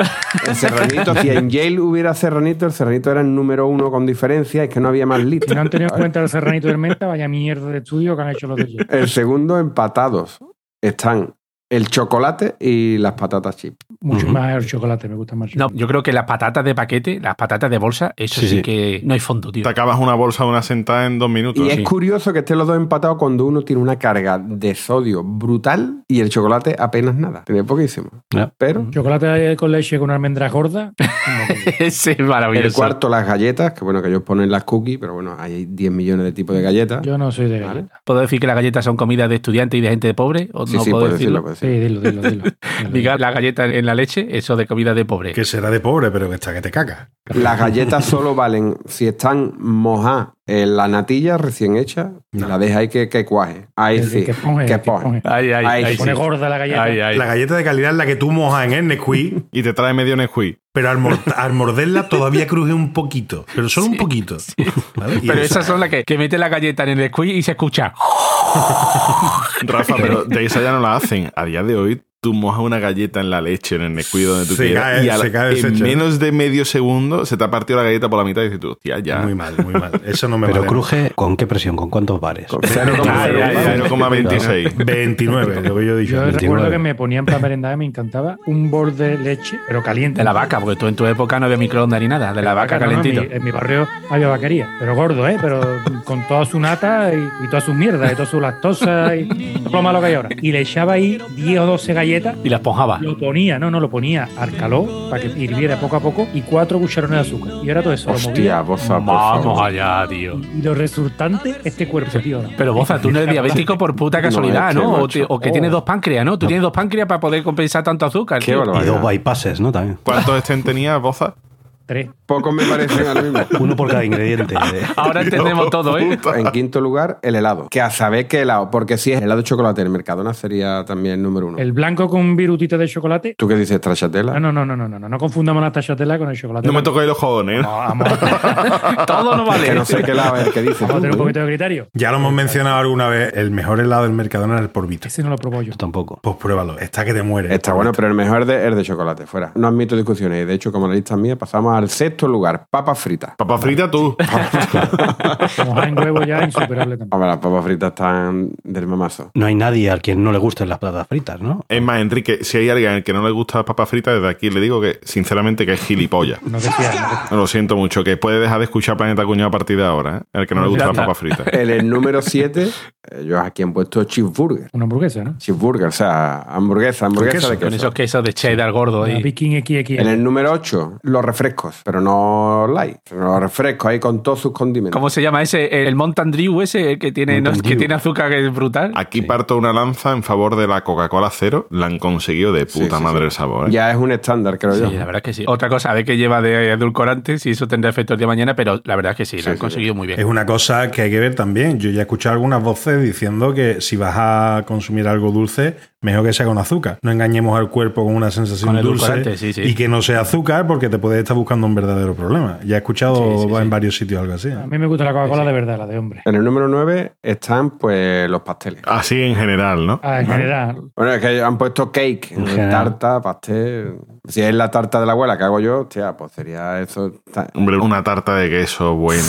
Speaker 2: el serranito. si en Yale hubiera serranito, el serranito era el número uno con diferencia, es que no había más
Speaker 6: Si no
Speaker 2: lista.
Speaker 6: han tenido en cuenta el serranito de hermenta, vaya mierda de estudio que han hecho los de ellos.
Speaker 2: El segundo empatados están el chocolate y las patatas chips.
Speaker 6: Mucho
Speaker 3: Ujú.
Speaker 6: más el chocolate, me gusta más. el
Speaker 5: No, yo creo que las patatas de paquete, las patatas de bolsa, eso
Speaker 3: Sí,
Speaker 5: sí,
Speaker 3: sí.
Speaker 5: que no hay fondo, tío.
Speaker 1: Te acabas una bolsa de una sentada en dos minutos.
Speaker 2: Y es
Speaker 1: sí.
Speaker 2: curioso que estén los dos empatados cuando uno tiene una carga de sodio brutal y el chocolate apenas nada. Tiene poquísimo.
Speaker 3: Ya.
Speaker 6: Mm.
Speaker 2: Pero
Speaker 6: Chocolate con leche con una almendra gorda.
Speaker 2: Ah.
Speaker 5: Ese es maravilloso.
Speaker 2: el cuarto, las galletas, que bueno, que ellos ponen las cookies, pero bueno, hay 10 millones de tipos de galletas.
Speaker 6: Yo no soy de
Speaker 2: Vale.
Speaker 6: galleta.
Speaker 5: ¿Puedo decir que las galletas son comida de estudiantes y de gente pobre? ¿O
Speaker 2: sí,
Speaker 5: no
Speaker 2: sí,
Speaker 5: puedo
Speaker 2: puedes decirlo,
Speaker 5: decirlo?
Speaker 2: puedes
Speaker 6: Sí,
Speaker 2: decirlo.
Speaker 6: dilo, dilo, dilo.
Speaker 5: Diga las galletas en la leche, eso de comida de pobre.
Speaker 4: Que será de pobre, pero que está que te caca.
Speaker 2: Las galletas solo valen si están mojadas en la natilla recién hecha, la deja ahí que, que cuaje. Ahí
Speaker 6: El- el
Speaker 2: sí.
Speaker 6: Que ponge,
Speaker 2: que
Speaker 6: el que
Speaker 2: ponge.
Speaker 6: ponge.
Speaker 5: Ay, ay,
Speaker 2: Ay,
Speaker 5: ay.
Speaker 2: se
Speaker 5: sí.
Speaker 6: Pone gorda la galleta.
Speaker 5: Ay, ay.
Speaker 4: La galleta de calidad es la que tú mojas en el Nesquik,
Speaker 1: Y te trae medio Nesquik.
Speaker 4: pero al, mor- al morderla todavía cruje un poquito. Pero solo un poquito. ¿vale? Y
Speaker 5: Pero
Speaker 4: esa-
Speaker 5: esas son las que, que mete la galleta en el squeeze y se escucha.
Speaker 1: Rafa, pero de esa ya no la hacen. A día de hoy, tú mojas una galleta en la leche, en el Nesquik, donde tú
Speaker 4: Se
Speaker 1: quieras.
Speaker 4: cae,
Speaker 1: y a
Speaker 4: se
Speaker 1: la-
Speaker 4: cae ese
Speaker 1: en
Speaker 4: chorro.
Speaker 1: menos de medio segundo se te ha partido la galleta por la mitad y dices tú, hostia, ya.
Speaker 4: Muy mal, muy mal. Eso no me
Speaker 3: Pero
Speaker 4: vale.
Speaker 3: cruje, ¿con qué presión? ¿Con cuántos bares?
Speaker 2: Con 0,01.
Speaker 5: Ay, ay, ay.
Speaker 1: 0,26.
Speaker 4: 29, lo que yo he dicho.
Speaker 6: Yo
Speaker 3: 29.
Speaker 6: recuerdo que me ponían para merendar y me encantaba un bol de leche, pero caliente.
Speaker 5: De la vaca, porque tú en tu época no había microondas ni nada. De la vaca
Speaker 6: no, no, en
Speaker 5: calentito.
Speaker 6: mi- en, mi, barrio había vaquería, pero gordo, ¿eh? Pero con toda su nata y, y todas sus mierdas, y toda su lactosa y todo lo malo que hay ahora. Y le echaba ahí 10 o 12 galleta,
Speaker 5: Y las ponjaba.
Speaker 6: lo ponía, no, no, lo ponía al calor para que hirviera poco a poco y cuatro cucharones de azúcar. Y ahora todo eso
Speaker 2: Hostia, Boza, por
Speaker 5: Vamos
Speaker 2: favor.
Speaker 5: allá, tío.
Speaker 6: lo movía. Y lo resultante, este cuerpo, tío.
Speaker 5: Pero Boza, tú no eres diabético por puta casualidad,
Speaker 2: No,
Speaker 5: ¿no?
Speaker 2: tío,
Speaker 5: O, te- o que
Speaker 2: macho.
Speaker 5: tienes dos páncreas, ¿no? Tú tienes dos páncreas para poder compensar tanto azúcar.
Speaker 2: Qué
Speaker 5: tío.
Speaker 3: Y dos
Speaker 2: barbaridad.
Speaker 3: bypasses, ¿no? También.
Speaker 1: ¿Cuántos estén tenía Boza?
Speaker 6: Tres.
Speaker 2: Pocos me parecen ahora mismo.
Speaker 3: Uno por cada ingrediente.
Speaker 5: Ahora entendemos todo, ¿eh?
Speaker 2: En quinto lugar, el helado. Que a saber qué helado. Porque si es helado de chocolate, el Mercadona sería también el número uno.
Speaker 6: El Ah, blanco con virutita de chocolate.
Speaker 2: ¿Tú qué dices, Trachatela?
Speaker 6: No, no, no, no, no, no, no, no confundamos la tachatela con el chocolate.
Speaker 1: No me toquéis los jodones.
Speaker 4: Ah.
Speaker 1: ¿no?
Speaker 6: Vamos, vamos
Speaker 5: Todo no vale. ¿eh?
Speaker 2: Que no sé qué helado es el que dices.
Speaker 6: a tener un
Speaker 2: tú, ¿eh?
Speaker 6: poquito de criterio.
Speaker 4: Ya lo hemos mencionado alguna vez, el mejor helado del Mercadona es el Porvito.
Speaker 6: Ese no lo probó yo.
Speaker 3: Yo tampoco.
Speaker 4: Pues pruébalo, está que te muere.
Speaker 2: Está bueno, pero el mejor de, el de chocolate, fuera. No admito discusiones. De hecho, como la lista es mía, pasamos al sexto lugar, papas fritas.
Speaker 1: Papa frita tú.
Speaker 6: Como en huevo ya, insuperable también.
Speaker 2: Hombre, las papas fritas están del mamazo.
Speaker 3: No hay nadie al quien no le gusten las patatas fritas, ¿no?
Speaker 1: Es más, Enrique, si hay alguien al que no le gusta las papas fritas, desde aquí le digo que, sinceramente, que es gilipollas.
Speaker 6: No decía, no decía.
Speaker 1: Lo siento mucho, que puede dejar de escuchar Planeta Cuñado a partir de ahora, ¿eh? El que
Speaker 4: Pues
Speaker 1: no le gusta las papas fritas.
Speaker 2: En el número 7, yo aquí han puesto cheeseburger.
Speaker 6: Una hamburguesa, ¿no?
Speaker 2: Cheeseburger, o sea, hamburguesa, hamburguesa
Speaker 4: queso,
Speaker 2: de
Speaker 5: Con
Speaker 2: queso.
Speaker 5: esos quesos de cheddar gordo ¿eh?
Speaker 6: Una
Speaker 5: ahí.
Speaker 6: Viking XXL.
Speaker 2: En el número 8, los refrescos, pero no light. sino Los refrescos ahí con todos sus condimentos.
Speaker 5: ¿Cómo se llama ese? El Mountain Dew ese el que tiene, no,
Speaker 3: Mountain
Speaker 5: que
Speaker 3: Dew.
Speaker 5: tiene azúcar que es brutal.
Speaker 1: Aquí parto una lanza en favor de la Coca-Cola cero. La han conseguido de
Speaker 2: Sí,
Speaker 1: puta
Speaker 2: sí,
Speaker 1: madre
Speaker 2: sí.
Speaker 1: el sabor. ¿eh?
Speaker 2: Ya es un estándar, creo
Speaker 5: Sí,
Speaker 2: yo.
Speaker 5: la verdad es que sí. Otra cosa, a ver qué lleva de edulcorante, si eso tendrá efecto el día de mañana, pero la verdad es que sí,
Speaker 2: Sí,
Speaker 5: lo han
Speaker 2: sí,
Speaker 5: conseguido muy
Speaker 4: Es
Speaker 5: bien.
Speaker 4: una cosa que hay que ver también. Yo ya he escuchado algunas voces diciendo que si vas a consumir algo dulce, mejor que sea con azúcar. No engañemos al cuerpo con una sensación
Speaker 5: Con edulcorante,
Speaker 4: dulce
Speaker 5: sí, sí.
Speaker 4: y que no sea azúcar porque te puedes estar buscando un verdadero problema. Ya he escuchado
Speaker 5: Sí, sí,
Speaker 4: en
Speaker 5: sí.
Speaker 4: varios sitios algo así. ¿eh?
Speaker 6: A mí me gusta la Coca-Cola de verdad, la de hombre.
Speaker 2: En el número 9 están pues los pasteles.
Speaker 1: Así en general, ¿no?
Speaker 6: Ah, en general.
Speaker 2: Bueno, es que han puesto cake,
Speaker 3: En general.
Speaker 2: tarta, pastel. Si es la tarta de la abuela que hago yo, hostia, pues sería eso. ta-
Speaker 1: Hombre, una tarta de queso buena.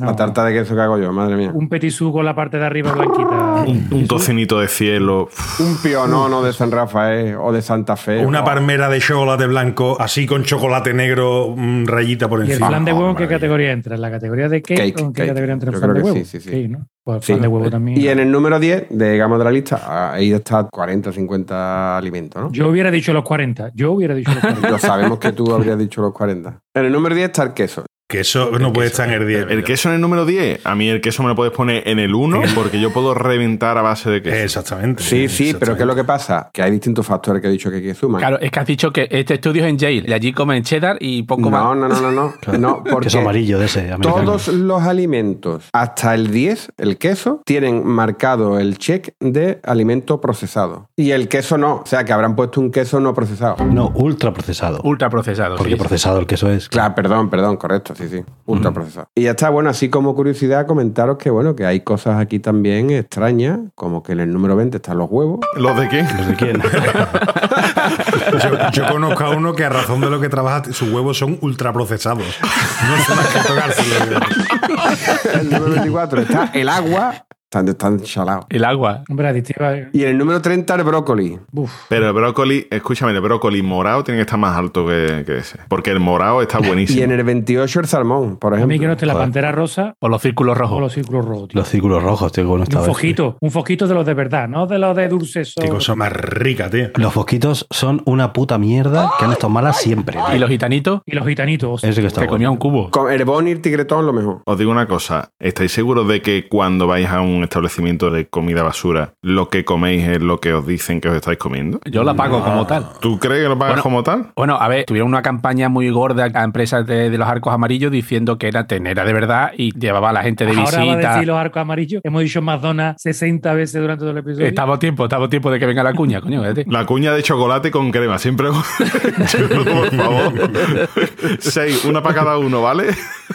Speaker 6: no.
Speaker 2: La tarta de queso que hago yo, madre mía.
Speaker 6: Un petit suco en la parte de arriba blanquita.
Speaker 1: Un, un tocinito de cielo. Uf,
Speaker 2: Un pionono de San Rafael o de Santa Fe.
Speaker 4: Una
Speaker 2: Oh,
Speaker 4: palmera de chocolate blanco, así con chocolate negro, mm, rayita por
Speaker 6: ¿Y el
Speaker 4: encima. Oh,
Speaker 6: flan de huevo en qué
Speaker 4: Maravilla.
Speaker 6: categoría entra? ¿En la categoría de cake,
Speaker 2: Ah, Cake,
Speaker 6: o en qué
Speaker 2: cake.
Speaker 6: categoría entra el
Speaker 2: Yo
Speaker 6: flan de
Speaker 2: creo que
Speaker 6: huevo?
Speaker 2: sí, sí, sí.
Speaker 6: Cake, ¿no? Pues el
Speaker 2: Sí. Eh,
Speaker 6: flan de huevo también.
Speaker 2: Y en el número 10, digamos de la lista, ahí está 40, 50 alimentos, ¿no?
Speaker 6: Yo hubiera dicho los 40. Yo hubiera dicho los 40.
Speaker 2: Lo sabemos que tú habrías dicho los 40. En el número 10 está el queso.
Speaker 4: Que eso no puede estar en el 10.
Speaker 1: El queso en el número 10. A mí el queso me lo puedes poner en el 1 porque yo puedo reventar a base de queso.
Speaker 4: Exactamente.
Speaker 2: Sí, sí, pero ¿qué es lo que pasa? Que hay distintos factores que he dicho que hay que sumar.
Speaker 5: Claro, es que has dicho que este estudio es en Yale y allí comen cheddar y
Speaker 2: no,
Speaker 5: poco más.
Speaker 2: no, no, no, no. No, porque
Speaker 3: Queso amarillo de ese americano.
Speaker 2: Todos los alimentos, hasta el 10, el queso, tienen marcado el check de alimento procesado. Y el queso no. O sea, que habrán puesto un queso no procesado.
Speaker 3: No, ultra procesado.
Speaker 5: Ultra procesado.
Speaker 3: Porque procesado el queso es.
Speaker 2: Claro, perdón, perdón, correcto, sí, sí. Ultra procesado. Y ya está, bueno, así como curiosidad, comentaros que, bueno, que hay cosas aquí también extrañas, como que en el número 20 están los huevos.
Speaker 1: ¿Los de qué?
Speaker 3: ¿Los de quién?
Speaker 4: Yo, yo conozco a uno que a razón de lo que trabaja, sus huevos son ultraprocesados. No son más que tocárselos.
Speaker 2: el número 24 está el agua. Están, están chalados.
Speaker 5: El agua.
Speaker 6: Hombre, adictiva. eh.
Speaker 2: Y en el número 30 el brócoli.
Speaker 6: Uf.
Speaker 1: Pero el brócoli, escúchame, el brócoli morado tiene que estar más alto que, que ese. Porque el morado está
Speaker 2: Y en
Speaker 1: buenísimo.
Speaker 2: el 28 el salmón, por
Speaker 6: A mí que no
Speaker 2: ejemplo.
Speaker 6: esté la pantera rosa
Speaker 5: O los círculos
Speaker 6: o
Speaker 5: rojos.
Speaker 6: los círculos rojos, tío.
Speaker 3: Los círculos rojos, tío, como no
Speaker 6: Y un
Speaker 3: estaba.
Speaker 6: foquito. Un foquito de los de verdad, no de los de dulce
Speaker 4: Qué
Speaker 6: solo.
Speaker 4: cosa más rica, tío.
Speaker 3: Los fosquitos son una puta mierda que han estado malas siempre.
Speaker 5: Y los gitanitos
Speaker 6: Y los gitanitos.
Speaker 3: Ese que está
Speaker 5: que comía
Speaker 3: bueno.
Speaker 5: un cubo.
Speaker 2: Con el boni y el tigretón lo mejor.
Speaker 1: Os digo una cosa, ¿estáis seguros de que cuando vais a un establecimiento de comida basura, lo que coméis es lo que os dicen que os estáis comiendo? Ah.
Speaker 5: Yo la pago
Speaker 4: Ah.
Speaker 5: como tal.
Speaker 1: ¿Tú crees que lo pagas
Speaker 5: Bueno,
Speaker 1: como tal?
Speaker 5: Bueno, a ver, tuvieron una campaña muy gorda a empresas de, de los arcos amarillos diciendo que era tenera de verdad y llevaba a la gente de
Speaker 6: Ahora va a
Speaker 5: visita.
Speaker 6: decir los arcos amarillos. Hemos dicho McDonald's 60 veces durante todo el episodio.
Speaker 5: Estamos a tiempo, estamos a tiempo de que venga la cuña, coño. cállate.
Speaker 1: La cuña de chocolate con crema, siempre. hago- Por favor. Seis, una para cada uno, ¿vale?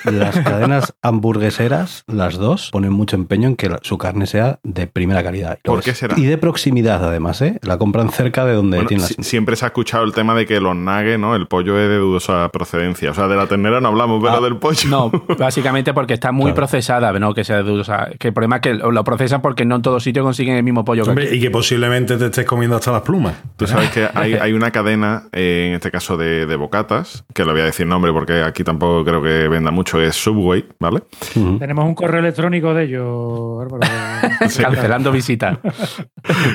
Speaker 3: Las cadenas hamburgueseras, las dos, ponen mucho empeño en que la- su carne sea de primera calidad. Y lo
Speaker 1: ¿Por
Speaker 3: ves.
Speaker 1: qué será?
Speaker 3: Y de proximidad, además, ¿eh? La compran cerca de donde
Speaker 1: Bueno,
Speaker 3: tienen
Speaker 1: si-
Speaker 3: las.
Speaker 1: siempre se ha escuchado el tema de que los nuggets, ¿no? El pollo es de dudosa procedencia. O sea, de la ternera no hablamos, pero
Speaker 5: Ah,
Speaker 1: del pollo.
Speaker 5: No, básicamente porque está muy
Speaker 3: Claro.
Speaker 5: procesada, no que sea de dulce. O sea, que el problema es que lo lo procesan porque no en todos sitios consiguen el mismo pollo que aquí.
Speaker 4: Hombre, y que posiblemente te estés comiendo hasta las plumas.
Speaker 1: Tú sabes que hay, hay una cadena, eh, en este caso de, de bocatas, que lo voy a decir nombre porque aquí tampoco creo que venda mucho, que es Subway, ¿vale?
Speaker 3: Ujú.
Speaker 6: Tenemos un correo electrónico de ellos, Álvaro.
Speaker 5: Cancelando visitas.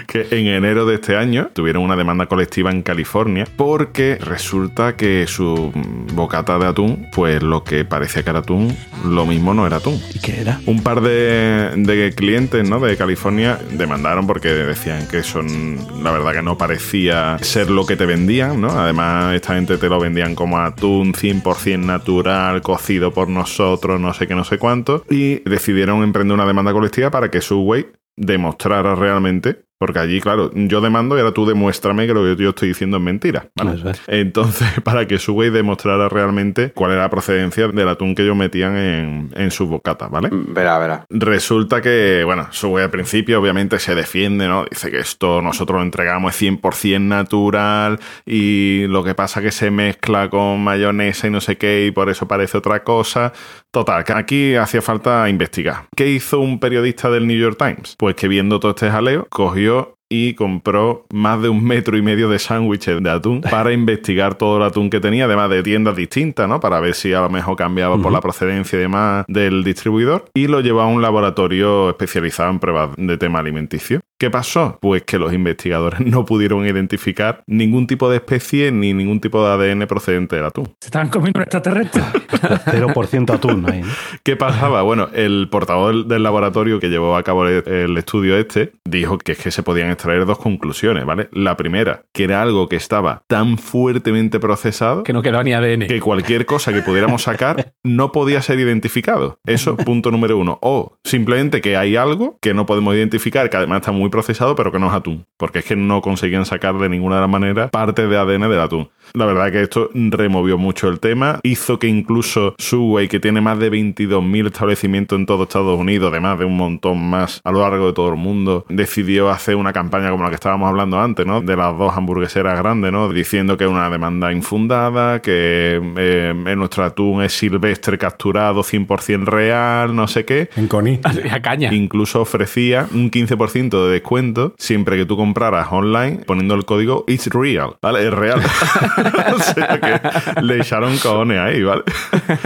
Speaker 1: que en enero de este año tuvieron una demanda colectiva en California porque resulta que su mm, bocata de atún, pues lo que parecía que era atún, lo mismo no era atún.
Speaker 3: ¿Y qué era?
Speaker 1: Un par de, de clientes ¿no? de California demandaron porque decían que son la verdad que no parecía ser lo que te vendían, ¿no? Además, esta gente te lo vendían como atún 100% natural, cocido por nosotros, no sé qué, no sé cuánto. Y decidieron emprender una demanda colectiva para que Subway demostrara realmente, porque allí, claro, yo demando y ahora tú demuéstrame que lo que yo estoy diciendo es mentira. ¿vale?
Speaker 3: Eso es.
Speaker 1: Entonces, para que Subway demostrara realmente cuál era la procedencia del atún que ellos metían en, en sus bocatas, ¿vale?
Speaker 2: Verá, verá.
Speaker 1: Resulta que, bueno, Subway al principio obviamente se defiende, ¿no? Dice que esto nosotros lo entregamos es 100% natural y lo que pasa que se mezcla con mayonesa y no sé qué y por eso parece otra cosa. Total, que aquí hacía falta investigar. ¿Qué hizo un periodista del New York Times? Pues que viendo todo este jaleo, cogió y compró más de un metro y medio de sándwiches de atún para investigar todo el atún que tenía, además de tiendas distintas, ¿no? Para ver si a lo mejor cambiaba por la procedencia y demás del distribuidor. Y lo llevó a un laboratorio especializado en pruebas de tema alimenticio. ¿Qué pasó? Pues que los investigadores no pudieron identificar ningún tipo de especie ni ningún tipo de ADN procedente del atún.
Speaker 6: Se estaban comiendo un extraterrestre.
Speaker 3: 0% atún ahí, ¿no?
Speaker 1: ¿Qué pasaba? Bueno, el portavoz del- del laboratorio que llevó a cabo el- el estudio este dijo que es que se podían extraer dos conclusiones, ¿vale? La primera, que era algo que estaba tan fuertemente procesado
Speaker 5: Que no quedaba ni ADN.
Speaker 1: que cualquier cosa que pudiéramos sacar no podía ser identificado. Eso, punto número uno. O simplemente que hay algo que no podemos identificar, que además está muy procesado, pero que no es atún. Porque es que no conseguían sacar de ninguna de las maneras parte de ADN del atún. La verdad que esto removió mucho el tema, hizo que incluso Subway, que tiene más de 22.000 establecimientos en todo Estados Unidos, además de un montón más a lo largo de todo el mundo, decidió hacer una campaña como la que estábamos hablando antes, ¿no? De las dos hamburgueseras grandes, ¿no? Diciendo que es una demanda infundada, que eh, nuestro atún es silvestre capturado 100% real, no sé qué.
Speaker 4: En Coni.
Speaker 2: Ah,
Speaker 5: A caña.
Speaker 1: Incluso ofrecía un 15% de descuento siempre que tú compraras online poniendo el código It's Real, ¿vale? Es real. o sea que le echaron cojones ahí, ¿vale?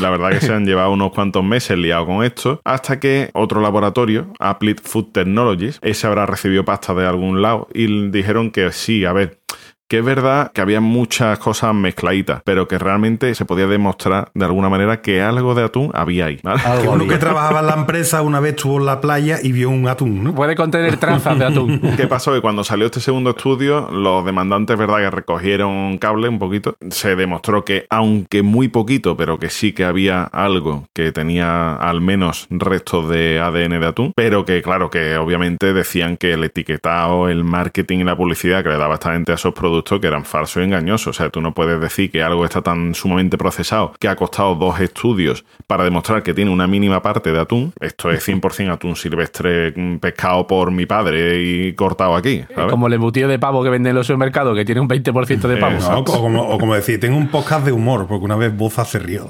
Speaker 1: La verdad que se han llevado unos cuantos meses liados con esto, hasta que otro laboratorio, Applet Food Technologies, ese habrá recibido pasta de algún lado y le dijeron que sí, a ver. Que es verdad que había muchas cosas mezcladitas, pero que realmente se podía demostrar de alguna manera que algo de atún había ahí. ¿vale?
Speaker 4: Que
Speaker 3: Algo
Speaker 4: uno
Speaker 3: había.
Speaker 4: que trabajaba en la empresa una vez estuvo en la playa y vio un atún, ¿no?
Speaker 5: Puede contener trazas de atún.
Speaker 1: ¿Qué pasó? Que cuando salió este segundo estudio, los demandantes, ¿verdad? Que recogieron cable un poquito, se demostró que, aunque muy poquito, pero que sí que había algo que tenía al menos restos de ADN de atún, pero que, claro, que obviamente decían que el etiquetado, el marketing y la publicidad que le daba esta gente a esos productos que eran falsos y engañosos. O sea, tú no puedes decir que algo está tan sumamente procesado que ha costado dos estudios para demostrar que tiene una mínima parte de atún. Esto es 100% atún silvestre mm, pescado por mi padre y cortado
Speaker 4: Eh,
Speaker 1: aquí. ¿sabes?
Speaker 5: Como el embutido de pavo que venden en los supermercados, que tiene un 20% de pavo.
Speaker 1: Eso.
Speaker 4: Eh, No, o, como, o como decir, tengo un podcast de humor, porque una vez Boza se rió.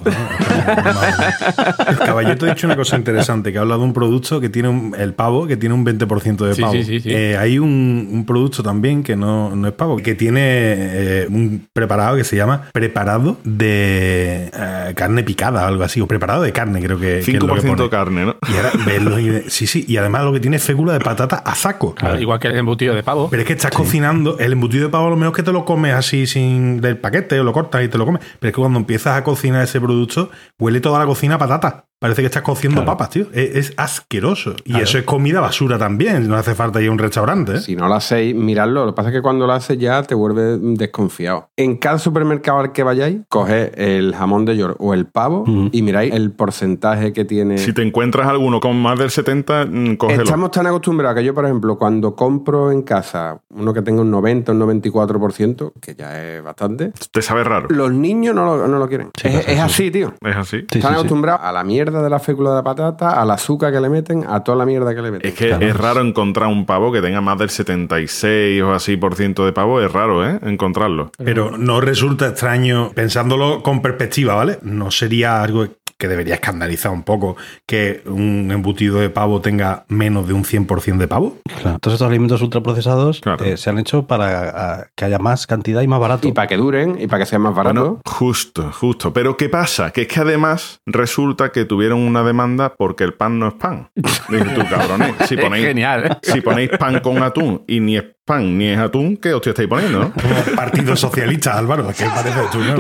Speaker 4: ¿no? El caballito ha dicho una cosa interesante, que ha hablado de un producto que tiene un- el pavo, que tiene un 20% de
Speaker 5: Sí,
Speaker 4: pavo.
Speaker 5: sí, sí, sí.
Speaker 4: Eh, hay un, un producto también que no, no es pavo, que tiene eh, un preparado que se llama preparado de eh, carne picada, algo así, o preparado de carne, creo que, que es lo que
Speaker 1: 5%
Speaker 4: pone.
Speaker 1: carne, ¿no?
Speaker 4: Y ahora verlo y- sí, sí, y además lo que tiene es fécula de patata a saco.
Speaker 5: Claro, igual que el embutido de pavo.
Speaker 4: Pero es que estás cocinando, el embutido de pavo a lo menos que te lo comes así sin del paquete, o lo cortas y te lo comes. Pero es que cuando empiezas a cocinar ese producto, huele toda la cocina a patata. Parece que estás cociendo papas, tío. Es, es asqueroso. Y eso es comida basura también. No hace falta ir a un restaurante. ¿eh?
Speaker 2: Si no lo hacéis, miradlo. Lo que pasa es que cuando lo haces ya te vuelves desconfiado. En cada supermercado al que vayáis, coged el jamón de york o el pavo
Speaker 3: Ujú.
Speaker 2: y miráis el porcentaje que tiene.
Speaker 1: Si te encuentras alguno con más del 70, mm, cógelo.
Speaker 2: Estamos tan acostumbrados que yo, por ejemplo, cuando compro en casa uno que tenga un 90, un 94%, que ya es bastante,
Speaker 1: Te sabe raro.
Speaker 2: los niños no lo, no lo quieren.
Speaker 3: Sí,
Speaker 2: es
Speaker 3: pasa
Speaker 2: es
Speaker 3: eso.
Speaker 2: así, tío.
Speaker 1: Es así.
Speaker 3: Sí,
Speaker 2: Están
Speaker 3: sí, sí.
Speaker 2: acostumbrados a la mierda de la fécula de la patata, al azúcar que le meten, a toda la mierda que le meten.
Speaker 1: Es que
Speaker 3: Claro.
Speaker 1: es raro encontrar un pavo que tenga más del 76 o así por ciento de pavo. Es raro, ¿eh? Encontrarlo.
Speaker 4: Pero no resulta extraño, pensándolo con perspectiva, ¿vale? No sería algo que debería escandalizar un poco que un embutido de pavo tenga menos de un 100% de pavo.
Speaker 3: Claro, Todos estos alimentos ultraprocesados
Speaker 1: Claro.
Speaker 3: eh, se han hecho para a, que haya más cantidad y más barato.
Speaker 2: Y para que duren y para que sea más
Speaker 5: ¿Ah,
Speaker 2: barato.
Speaker 1: Bueno, justo, justo. Pero ¿qué pasa? Que es que además resulta que tuvieron una demanda porque el pan no es pan. Dices tú, cabrones, si
Speaker 5: Es
Speaker 1: ponéis,
Speaker 5: genial, ¿eh?
Speaker 1: si ponéis pan con atún y ni es pan ni es atún, ¿qué hostia estáis poniendo? no?
Speaker 4: Partido Socialista, Álvaro, es que parece tú, ¿no?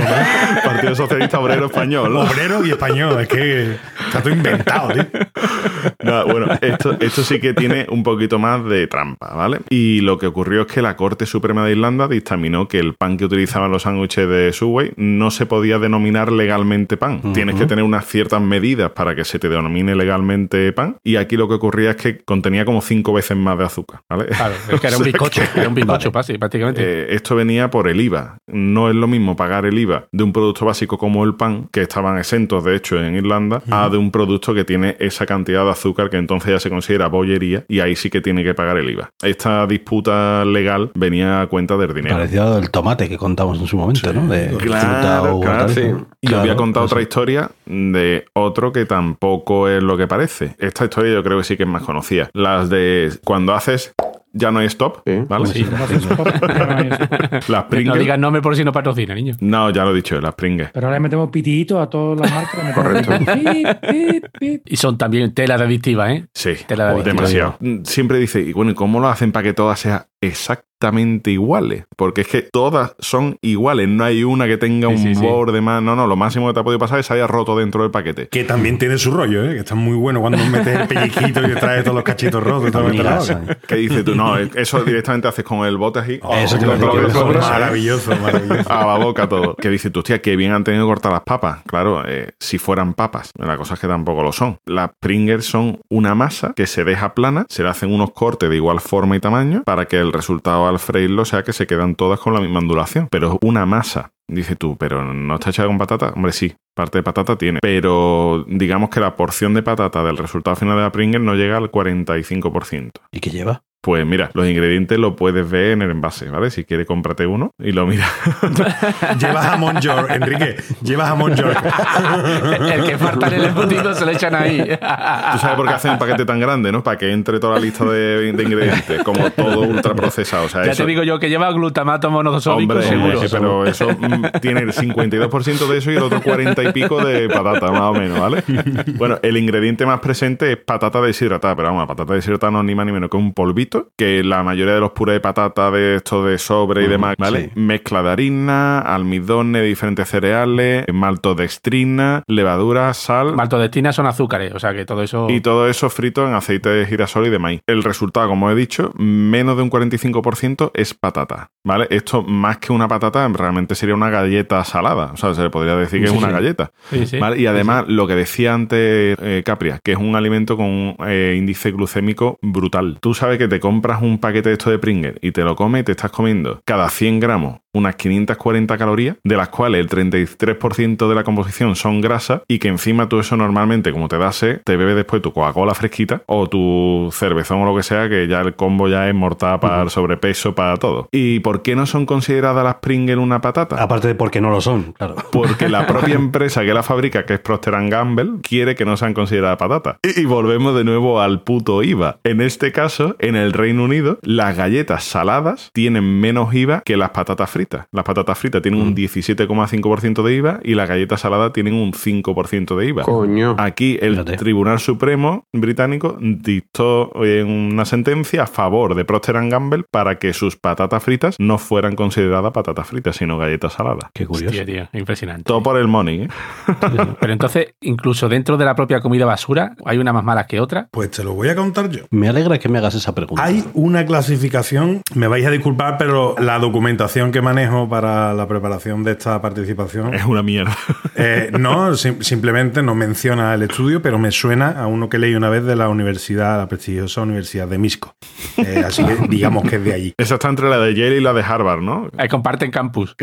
Speaker 1: Partido Socialista Obrero Español.
Speaker 4: Obrero y español, es que está todo inventado, tío.
Speaker 1: No, bueno, esto, esto sí que tiene un poquito más de trampa, ¿vale? Y lo que ocurrió es que la Corte Suprema de Irlanda dictaminó que el pan que utilizaban los sándwiches de Subway no se podía denominar legalmente pan. Tienes que tener unas ciertas medidas para que se te denomine legalmente pan. Y aquí lo que ocurría es que contenía como cinco veces más de azúcar, ¿vale?
Speaker 5: Claro, es que era un bizcocho, era un bizcocho, pasi- prácticamente.
Speaker 1: Eh, esto venía por el IVA. No es lo mismo pagar el IVA de un producto básico como el pan, que estaban exentos de hecho en Irlanda, a de un producto que tiene esa cantidad de azúcar que entonces ya se considera bollería y ahí sí que tiene que pagar el IVA. Esta disputa legal venía a cuenta del dinero.
Speaker 3: Parecido del tomate que contamos en su momento, ¿no? De fruta o
Speaker 1: claro, sí.
Speaker 3: hortaliza.
Speaker 1: Y os
Speaker 3: Claro,
Speaker 1: voy a contar
Speaker 3: pues
Speaker 1: otra
Speaker 3: sí.
Speaker 1: historia de otro que tampoco es lo que parece. Esta historia yo creo que sí que es más conocida. Las de cuando haces ya no hay stop,
Speaker 2: Sí.
Speaker 1: ¿vale? Las
Speaker 5: No
Speaker 1: Pringles-
Speaker 5: digas nombre por si no patrocina, niño.
Speaker 1: No, ya lo he dicho, las Pringles.
Speaker 6: Pero ahora le metemos pititos a todas las marcas. le metemos
Speaker 2: Correcto.
Speaker 6: pip, pip, pip.
Speaker 5: Y son también telas adictivas, ¿eh?
Speaker 1: Sí,
Speaker 5: Te la doy,
Speaker 1: demasiado. Mm, Siempre dice, y bueno, ¿y cómo lo hacen para que todas sean exactamente iguales? Porque es que todas son iguales, no hay una que tenga
Speaker 5: Sí,
Speaker 1: un
Speaker 5: sí, sí.
Speaker 1: borde más. No, no, lo máximo que te ha podido pasar es que se haya roto dentro del paquete.
Speaker 4: Que también tiene su rollo, ¿eh? Que está muy bueno cuando metes el pelliquito y te trae todos los cachitos rotos. todo
Speaker 3: Ni
Speaker 4: mezclado.
Speaker 3: grasa, ¿eh?
Speaker 1: ¿Qué dices tú? No, eso directamente haces con el bote así.
Speaker 4: Oh,
Speaker 3: Eso te
Speaker 1: lo
Speaker 3: lo digo,
Speaker 1: que
Speaker 3: eso
Speaker 1: sobra,
Speaker 3: es
Speaker 4: maravilloso, maravilloso.
Speaker 1: A la boca todo. Que dices tú, hostia, que bien han tenido que cortar las papas. Claro, eh, si fueran papas. La cosa es que tampoco lo son. Las Pringles son una masa que se deja plana, se le hacen unos cortes de igual forma y tamaño para que el resultado al freírlo sea que se quedan todas con la misma ondulación. Pero es una masa. Dices tú, pero no está hecha con patata. Hombre, sí, parte de patata tiene. Pero digamos que la porción de patata del resultado final de la Pringle no llega al 45%.
Speaker 3: ¿Y qué lleva?
Speaker 1: Pues mira, los ingredientes lo puedes ver en el envase, ¿vale? Si quieres, cómprate uno y lo miras.
Speaker 4: Llevas a Monjor, Enrique. Llevas a Monjor.
Speaker 5: El que falta en el embutido se lo echan ahí.
Speaker 1: Tú sabes por qué hacen un paquete tan grande, ¿no? Para que entre toda la lista de, de ingredientes, como todo ultraprocesado. O sea,
Speaker 5: Ya
Speaker 1: eso,
Speaker 5: te digo yo que lleva glutamato monosódico
Speaker 1: hombre,
Speaker 5: seguro.
Speaker 1: eh, pero eso mm, tiene el 52% de eso y el otro 40 y pico de patata, más o menos, ¿vale? Bueno, el ingrediente más presente es patata deshidratada, pero vamos, la patata deshidratada no es ni más ni menos que un polvito, que la mayoría de los purés de patata de esto de sobre y
Speaker 3: Ujú,
Speaker 1: demás, ¿vale?
Speaker 3: sí.
Speaker 1: Mezcla de harina, almidones, diferentes cereales, maltodextrina, levadura, sal,
Speaker 5: Maltodextrinas son azúcares, o sea que todo eso.
Speaker 1: y todo eso frito en aceite de girasol y de maíz. El resultado, como he dicho, menos de un 45% es patata. ¿Vale? Esto, más que una patata, realmente sería una galleta salada. O sea, se le podría decir que es
Speaker 5: Sí,
Speaker 1: una
Speaker 5: sí.
Speaker 1: galleta.
Speaker 5: Sí, sí.
Speaker 1: ¿Vale? Y además, lo que decía antes eh, Capria, que es un alimento con un eh, índice glucémico brutal. Tú sabes que te compras un paquete de esto de Pringles y te lo comes y te estás comiendo cada 100 gramos unas 540 calorías, de las cuales el 33% de la composición son grasa y que encima tú eso normalmente, como te da sed, te bebes después tu Coca-Cola fresquita o tu cervezón o lo que sea, que ya el combo ya es mortal para el sobrepeso, para todo. ¿Y por qué no son consideradas las Pringles una patata?
Speaker 3: Aparte de porque no lo son, claro.
Speaker 1: Porque la propia empresa que la fabrica, que es Procter Gamble, quiere que no sean consideradas patata. Y, y volvemos de nuevo al puto IVA. En este caso, en el Reino Unido, las galletas saladas tienen menos IVA que las patatas fritas. Las patatas fritas tienen
Speaker 3: Mm.
Speaker 1: un 17,5% de IVA y las galletas saladas tienen un 5% de IVA.
Speaker 2: Coño.
Speaker 3: Ah,
Speaker 1: Aquí el
Speaker 3: Fíjate.
Speaker 1: Tribunal Supremo británico dictó eh, una sentencia a favor de Procter Gamble para que sus patatas fritas no fueran consideradas patatas fritas, sino galletas saladas.
Speaker 3: Qué curioso.
Speaker 5: Hostia, tío, impresionante.
Speaker 1: Todo por el money, ¿eh?
Speaker 5: Pero entonces, incluso dentro de la propia comida basura, hay unas más malas que otras.
Speaker 4: Pues te lo voy a contar yo.
Speaker 3: Me alegra que me hagas esa pregunta.
Speaker 4: Hay una clasificación, me vais a disculpar, pero la documentación que manejo para la preparación de esta participación
Speaker 1: Es una mierda.
Speaker 4: Eh, no, sim- simplemente no menciona el estudio, pero me suena a uno que leí una vez de la universidad, la prestigiosa universidad de Misco. Eh, así que digamos que es de allí.
Speaker 1: Esa está entre la de Yale y la de Harvard, ¿no?
Speaker 5: Eh, comparten campus.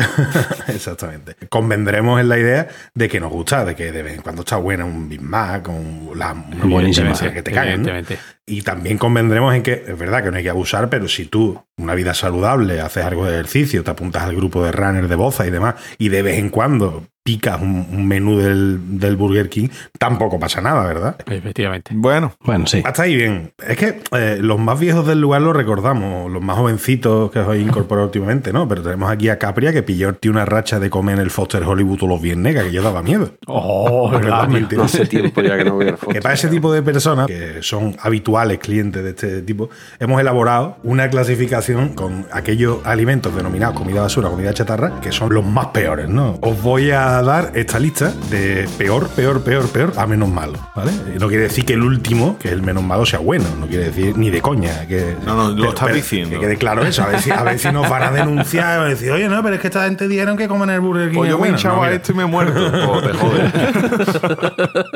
Speaker 4: Exactamente. Convendremos en la idea de que nos gusta, de que de vez en cuando está buena un Big Mac, un, la, una
Speaker 3: Buenísima.
Speaker 4: hamburguesa que te caen.
Speaker 5: Evidentemente.
Speaker 4: Y también convendremos en que es verdad que no hay que abusar, pero si tú, una vida saludable, haces algo de ejercicio, te apuntas al grupo de runner de boza y demás, y de vez en cuando picas un, un menú del, del Burger King, tampoco pasa nada, ¿verdad?
Speaker 5: Efectivamente.
Speaker 1: Bueno,
Speaker 3: Bueno, sí.
Speaker 4: Hasta ahí bien. Es que eh, los más viejos del lugar lo recordamos, los más jovencitos que os habéis incorporado últimamente, ¿no? Pero tenemos aquí a Capria que pilló tío una racha de comer en el Foster Hollywood todos los viernes, que aquello daba miedo.
Speaker 5: Oh,
Speaker 4: ¿Verdad?
Speaker 5: verdad, tío.
Speaker 4: Mentira.
Speaker 2: No hace tiempo pues ya que no voy al
Speaker 4: Que para ese tipo de personas, que son habituales clientes de este tipo, hemos elaborado una clasificación con aquellos alimentos denominados comida basura, comida chatarra, que son los más peores, ¿no? Os voy a dar esta lista de peor, peor, peor, peor a menos malo, ¿vale? No quiere decir que el último, que es el menos malo, sea bueno, no quiere decir ni de coña. Que,
Speaker 1: No, no, lo
Speaker 4: Pero,
Speaker 1: estás
Speaker 4: pero,
Speaker 1: diciendo.
Speaker 4: Que quede claro eso, a ver si, a ver si nos van a denunciar, van a decir, oye, no, pero es que esta gente dijeron que comen el Burger King.
Speaker 1: pues
Speaker 4: es
Speaker 1: yo me he
Speaker 4: bueno".
Speaker 1: hinchado
Speaker 4: No,
Speaker 1: a
Speaker 4: mira.
Speaker 1: esto y me he muerto. Oh, te joder.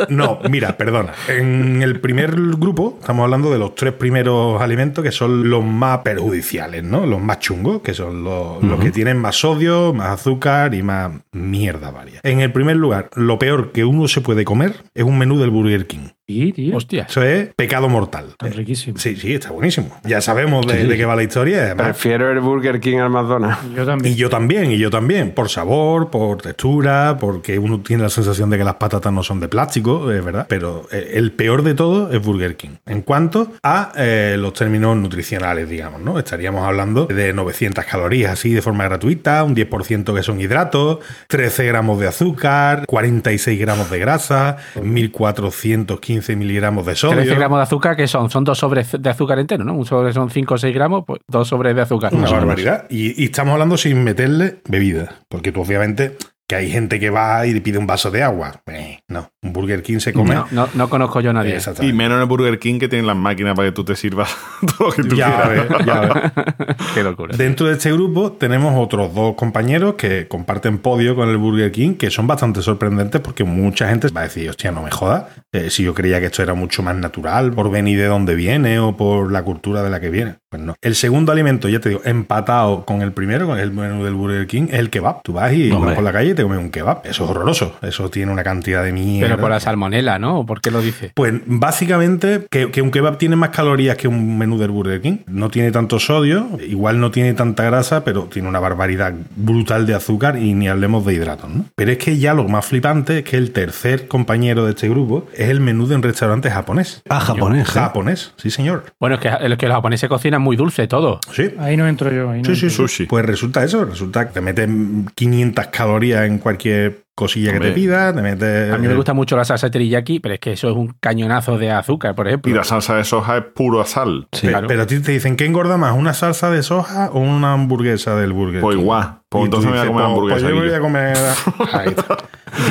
Speaker 4: No, mira, perdona. En el primer grupo estamos hablando de los tres primeros alimentos que son los más perjudiciales, ¿no? Los más chungos, que son los, los que tienen más sodio, más azúcar y más mierda varia. En el primer lugar, lo peor que uno se puede comer es un menú del Burger King.
Speaker 6: Sí, tío.
Speaker 5: Hostia.
Speaker 4: Eso es pecado mortal.
Speaker 6: Tan riquísimo.
Speaker 4: Sí, sí, está buenísimo. Ya sabemos de, de qué va la historia. además.
Speaker 2: Prefiero el Burger King al McDonald's.
Speaker 6: Yo también.
Speaker 4: Y yo también, y yo también, por sabor, por textura, porque uno tiene la sensación de que las patatas no son de plástico, es verdad, pero eh, el peor de todo es Burger King. En cuanto a eh, los términos nutricionales, digamos, ¿no? Estaríamos hablando de 900 calorías así de forma gratuita, un 10% que son hidratos, 13 gramos de azúcar, 46 gramos de grasa, 1415 miligramos de sodio.
Speaker 5: 13 gramos de azúcar, que son? Son dos sobres de azúcar entero, ¿no? Un sobre son 5 o 6 gramos, pues dos sobres de azúcar.
Speaker 4: Una
Speaker 5: Más o menos.
Speaker 4: barbaridad. Y, y estamos hablando sin meterle bebida. Porque tú, obviamente, que hay gente que va y le pide un vaso de agua. Eh, no, un Burger King se come.
Speaker 5: No, no, no conozco yo a nadie.
Speaker 1: Y
Speaker 4: Exactamente.
Speaker 1: menos en el Burger King que tienen las máquinas para que tú te sirvas todo lo que tú
Speaker 4: Ya
Speaker 1: quieras.
Speaker 4: ves, ya ves.
Speaker 5: Qué locura.
Speaker 4: Dentro de este grupo tenemos otros dos compañeros que comparten podio con el Burger King, que son bastante sorprendentes porque mucha gente va a decir, hostia, no me jodas, eh, si yo creía que esto era mucho más natural por venir de donde viene o por la cultura de la que viene. Pues no. El segundo alimento, ya te digo, empatado con el primero, con el menú del Burger King, es el kebab. Tú vas y
Speaker 3: Hombre.
Speaker 4: vas por la calle y te comes un kebab. Eso es horroroso. Eso tiene una cantidad de mierda.
Speaker 5: Pero por la salmonela, ¿no? ¿Por qué lo dice?
Speaker 4: Pues básicamente que, que un kebab tiene más calorías que un menú del Burger King. No tiene tanto sodio, igual no tiene tanta grasa, pero tiene una barbaridad brutal de azúcar y ni hablemos de hidratos, ¿no? Pero es que ya lo más flipante es que el tercer compañero de este grupo es el menú de un restaurante japonés.
Speaker 3: Ah, japonés. ¿eh?
Speaker 4: Japonés, sí señor.
Speaker 5: Bueno, es que, es que los japoneses cocinan muy dulce todo.
Speaker 4: Sí.
Speaker 6: Ahí no entro yo. Ahí no
Speaker 4: Sí, sí,
Speaker 6: entro.
Speaker 1: Sushi.
Speaker 4: Pues resulta eso, resulta que te meten 500 calorías en cualquier cosilla que
Speaker 1: Hombre.
Speaker 4: te pida, te metes... eh,
Speaker 5: A mí me gusta mucho la salsa teriyaki, pero es que eso es un cañonazo de azúcar, por ejemplo.
Speaker 1: Y la salsa de soja es puro sal.
Speaker 3: Sí.
Speaker 4: Pe-
Speaker 5: claro.
Speaker 4: Pero a ti te dicen, ¿qué engorda más? ¿Una salsa de soja o una hamburguesa del burger?
Speaker 1: Pues
Speaker 4: King?
Speaker 1: igual. Pues
Speaker 4: Y tú
Speaker 1: entonces me voy a
Speaker 4: dices,
Speaker 1: comer
Speaker 4: "Pues- pues
Speaker 1: hamburguesa.
Speaker 4: yo me voy a
Speaker 1: Guillo".
Speaker 4: comer. Ahí está.